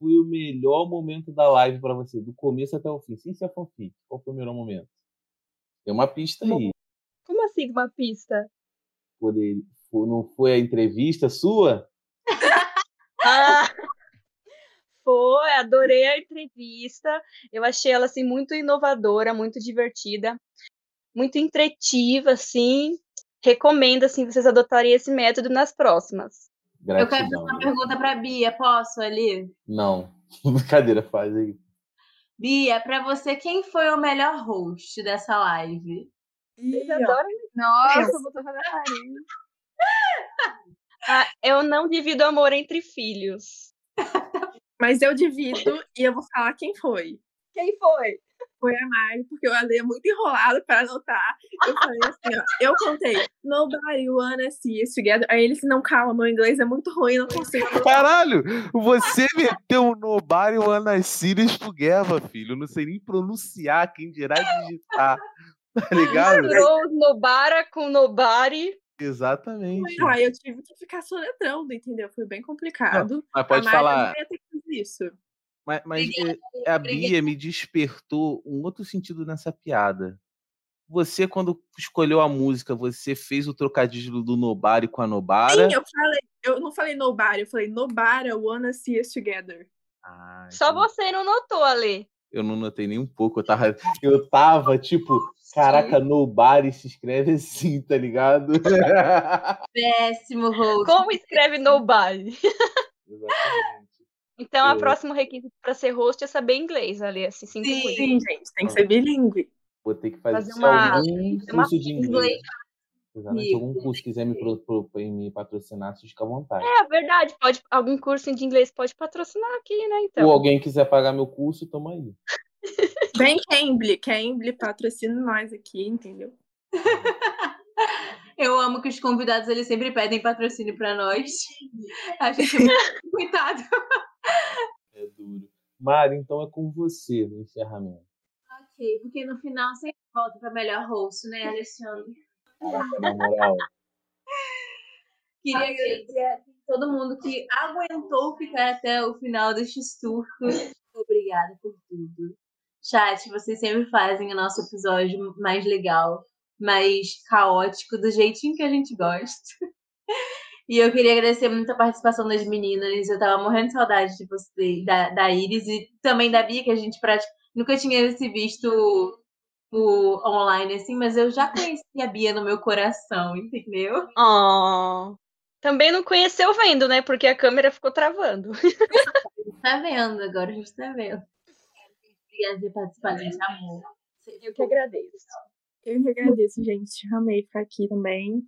Speaker 4: foi o melhor momento da live pra você? Do começo até o fim. Sem ser fanfic. Qual foi o melhor momento? Tem uma pista aí.
Speaker 2: Como assim, uma pista?
Speaker 4: poder- fo- não foi a entrevista sua?
Speaker 2: Ah, foi, adorei a entrevista. Eu achei ela assim muito inovadora, muito divertida, muito entretiva, assim. Recomendo assim vocês adotarem esse método nas próximas.
Speaker 1: Eu quero fazer
Speaker 4: Gratidão.
Speaker 1: uma
Speaker 4: né?
Speaker 1: pergunta pra Bia, posso ali?
Speaker 4: Não. Brincadeira, faz aí.
Speaker 1: Bia, pra você, quem foi o melhor host dessa live?
Speaker 2: Vocês
Speaker 3: Ih, ó,
Speaker 2: adoram?
Speaker 5: Nossa,
Speaker 3: Nossa.
Speaker 5: botou fazer nariz.
Speaker 2: Ah, eu não divido amor entre filhos.
Speaker 3: Mas eu divido e eu vou falar quem foi.
Speaker 2: Quem foi?
Speaker 3: Foi a Mari, porque eu andei muito enrolado para anotar. Eu falei assim, ó, eu contei, nobody wanna see us together. Aí ele disse, não, calma, meu inglês é muito ruim, não consigo.
Speaker 7: Caralho, você meteu um nobody one series together, filho. Eu não sei nem pronunciar, quem dirá digitar. Tá ligado?
Speaker 2: Misturou Nobara com Nobari.
Speaker 7: Exatamente.
Speaker 3: Não, aí eu tive que ficar soletrando, entendeu? Foi bem complicado.
Speaker 7: Mas pode
Speaker 3: a Mari
Speaker 7: falar.
Speaker 3: não ia ter feito isso.
Speaker 7: Mas, mas,
Speaker 1: Obrigada,
Speaker 7: é, a
Speaker 1: obrigada.
Speaker 7: Bia me despertou um outro sentido nessa piada. Você, quando escolheu a música, você fez o trocadilho do Nobari com a Nobara.
Speaker 3: Sim, eu falei, eu não falei nobody, eu falei nobody wanna see us together.
Speaker 7: Ah,
Speaker 2: Só
Speaker 7: entendi.
Speaker 2: você não notou, Ale.
Speaker 7: Eu não notei nem um pouco. Eu tava.
Speaker 4: Eu tava tipo, caraca, nobody se escreve assim, tá ligado?
Speaker 1: Péssimo host.
Speaker 2: Como escreve Nobari?
Speaker 4: Exatamente.
Speaker 2: Então, a
Speaker 4: Eu-
Speaker 2: próximo requisito para ser host é saber inglês, Ale. Assim, sinto muito.
Speaker 3: Sim, gente, tem que ser bilíngue.
Speaker 4: Vou ter que fazer,
Speaker 2: Fazer uma-
Speaker 4: algum
Speaker 2: fazer uma
Speaker 4: curso de inglês.
Speaker 1: inglês.
Speaker 4: Exatamente. Se algum curso quiser me, pro, pro- me patrocinar, vocês ficam à vontade.
Speaker 2: É verdade, pode, algum curso de inglês pode patrocinar aqui, né? Então.
Speaker 4: Ou alguém quiser pagar meu curso, tamo aí.
Speaker 3: Vem Cambly, Cambly patrocina nós aqui, entendeu?
Speaker 1: Eu amo que os convidados eles sempre pedem patrocínio pra nós. A gente é muito coitado.
Speaker 4: É duro. Mari, então é com você no encerramento.
Speaker 1: Ok, porque no final sempre volta pra melhor host, né, Alexandre?
Speaker 4: Caraca, na moral.
Speaker 1: Queria agradecer a todo mundo que aguentou ficar até o final deste surto. Obrigada por tudo. Chat, vocês sempre fazem o nosso episódio mais legal, mais caótico, do jeitinho que a gente gosta. E eu queria agradecer muito a participação das meninas. Eu tava morrendo de saudade de você, da, da Iris e também da Bia, que a gente prati- nunca tinha se visto o, online assim, mas eu já conheci a Bia no meu coração, entendeu?
Speaker 2: Ó. Também não conheceu vendo, né? Porque a câmera ficou travando.
Speaker 1: tá vendo, agora a gente tá vendo. Obrigada por participar, gente. Amor.
Speaker 2: Eu que agradeço.
Speaker 3: Eu que agradeço, gente. Amei ficar aqui também.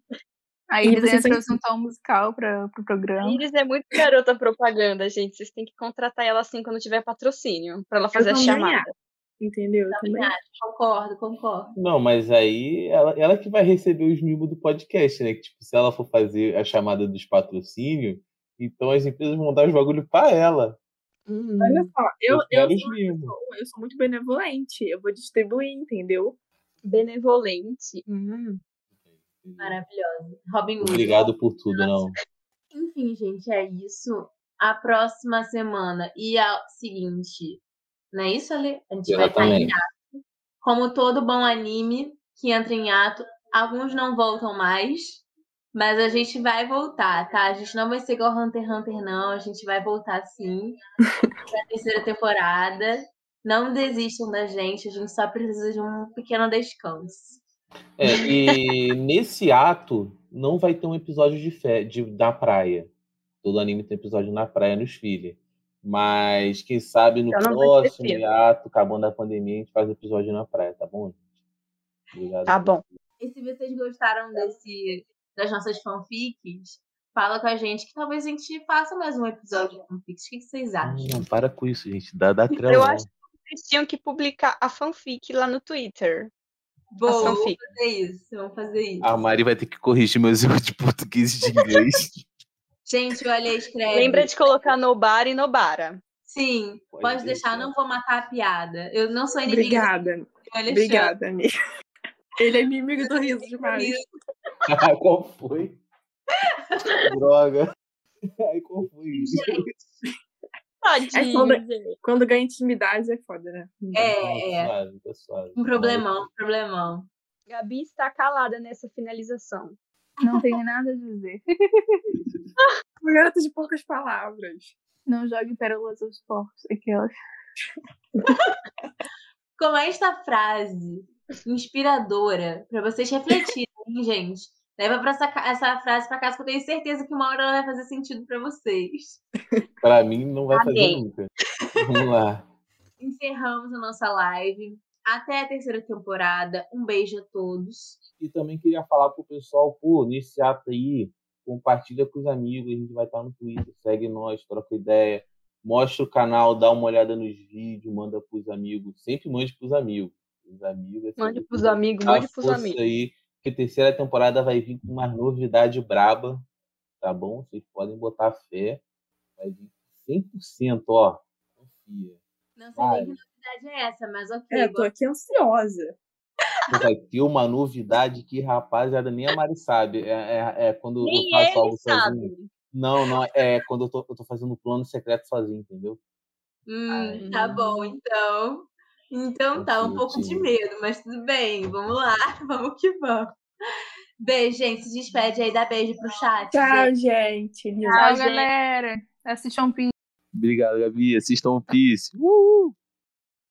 Speaker 5: Aí
Speaker 3: E
Speaker 5: eles
Speaker 3: vocês são
Speaker 5: trouxe um tom musical pra, pro
Speaker 2: A
Speaker 5: programa.
Speaker 2: Iris é muito garota propaganda, gente. Vocês têm que contratar ela assim quando tiver patrocínio, pra ela fazer a
Speaker 3: vou ganhar.
Speaker 2: chamada.
Speaker 3: Entendeu? Também.
Speaker 1: Também acho, concordo, concordo.
Speaker 4: Não, mas aí ela, ela que vai receber os mimos do podcast, né? Que, tipo, se ela for fazer a chamada dos patrocínios, então as empresas vão dar os bagulho pra ela.
Speaker 3: Olha só, eu, eu,
Speaker 4: quero os
Speaker 3: sou,
Speaker 4: mimos.
Speaker 3: eu sou muito benevolente. Eu vou distribuir, entendeu?
Speaker 2: Benevolente. Hum.
Speaker 1: Maravilhosa. Robin Hood.
Speaker 4: Obrigado por tudo, não.
Speaker 1: Enfim, gente, é isso. A próxima semana e a seguinte. Não é isso, Ale? A gente vai estar em
Speaker 4: Exatamente.
Speaker 1: ato. Como todo bom anime que entra em ato, alguns não voltam mais. Mas a gente vai voltar, tá? A gente não vai ser igual Hunter x Hunter, não. A gente vai voltar sim. pra terceira temporada. Não desistam da gente, a gente só precisa de um pequeno descanso.
Speaker 4: É, e nesse ato não vai ter um episódio de, fe- de da praia. Todo anime tem episódio na praia nos filhos. Mas quem sabe no
Speaker 2: Então
Speaker 3: Eu não vou
Speaker 4: próximo
Speaker 3: esquecer.
Speaker 4: ato, acabando a pandemia, a gente faz episódio na praia, tá bom? Obrigado.
Speaker 2: Tá bom.
Speaker 1: E se vocês gostaram desse, das nossas fanfics, fala com a gente que talvez a gente faça mais um episódio de fanfics. O que que vocês acham?
Speaker 8: Ah,
Speaker 4: Hum.
Speaker 8: Não, para com isso, gente. Dá, dá trela. né?
Speaker 2: Eu
Speaker 8: não.
Speaker 2: acho que vocês tinham que publicar a fanfic lá no Twitter.
Speaker 1: Boa,
Speaker 2: a
Speaker 1: vamos
Speaker 2: fanfic.
Speaker 1: fazer isso. Vamos fazer isso.
Speaker 8: A Mari vai ter que corrigir meus erros de português e de inglês.
Speaker 1: Gente, olha, escreve.
Speaker 2: Lembra de colocar Nobara e Nobara.
Speaker 1: Sim, pode,
Speaker 4: Pode deixar.
Speaker 1: deixar, não vou matar a piada. Eu não sou inimiga
Speaker 3: Obrigada,
Speaker 1: do Alexandre.
Speaker 3: obrigada, amiga. Ele é inimigo do riso demais.
Speaker 4: Qual foi? Droga. Ai, qual foi?
Speaker 3: É sobre- Quando ganha intimidade é foda, né?
Speaker 1: É, é.
Speaker 4: Tá suave, tá suave.
Speaker 1: Um problemão, um problemão.
Speaker 9: Gabi está calada nessa finalização.
Speaker 5: Não tenho nada a dizer.
Speaker 3: Uma garota de poucas palavras.
Speaker 5: Não jogue pérolas aos porcos. Aquelas.
Speaker 1: Com é esta frase inspiradora para vocês refletirem, hein, gente. Leva pra essa, ca- essa frase para casa que eu tenho certeza que uma hora ela vai fazer sentido para vocês.
Speaker 4: Pra mim não vai fazer
Speaker 1: Amém.
Speaker 4: nunca. Vamos lá.
Speaker 1: Encerramos a nossa live. Até a terceira temporada. Um beijo a todos.
Speaker 4: E também queria falar pro pessoal, pô, nesse ato aí, compartilha com os amigos, a gente vai estar no Twitter, segue nós, troca ideia, mostra o canal, dá uma olhada nos vídeos, manda pros amigos, sempre mande pros amigos. Os amigos é
Speaker 2: Mande
Speaker 4: sempre
Speaker 2: pros
Speaker 4: bom.
Speaker 2: amigos,
Speaker 4: Dá
Speaker 2: mande pros
Speaker 4: força
Speaker 2: amigos.
Speaker 4: aí, que a terceira temporada vai vir com uma novidade braba, tá bom? Vocês podem botar fé, vai vir 100%, ó. Confia.
Speaker 1: Não sei
Speaker 4: Vai.
Speaker 1: nem que novidade é essa, mas ok.
Speaker 3: É, eu tô aqui ansiosa.
Speaker 4: Pô, Vai ter uma novidade que, rapaziada, nem a Mari sabe. É, é- é quando
Speaker 9: Nem
Speaker 4: eu faço
Speaker 9: ele
Speaker 4: algo
Speaker 9: sabe.
Speaker 4: sozinho. Não, não, é quando eu tô, eu tô fazendo plano secreto sozinho, entendeu?
Speaker 1: Hum, tá bom, então. Então tá, um pouco de
Speaker 4: Entendi.
Speaker 1: medo, mas tudo bem. Vamos lá, vamos que vamos. Beijo, gente. Se despede aí, dá beijo pro chat.
Speaker 3: Tchau, gente. Lindo.
Speaker 5: Tchau,
Speaker 9: gente.
Speaker 5: galera. Assistam Pin.
Speaker 8: Obrigado, Gabi. Assistam o Peace. Uhul.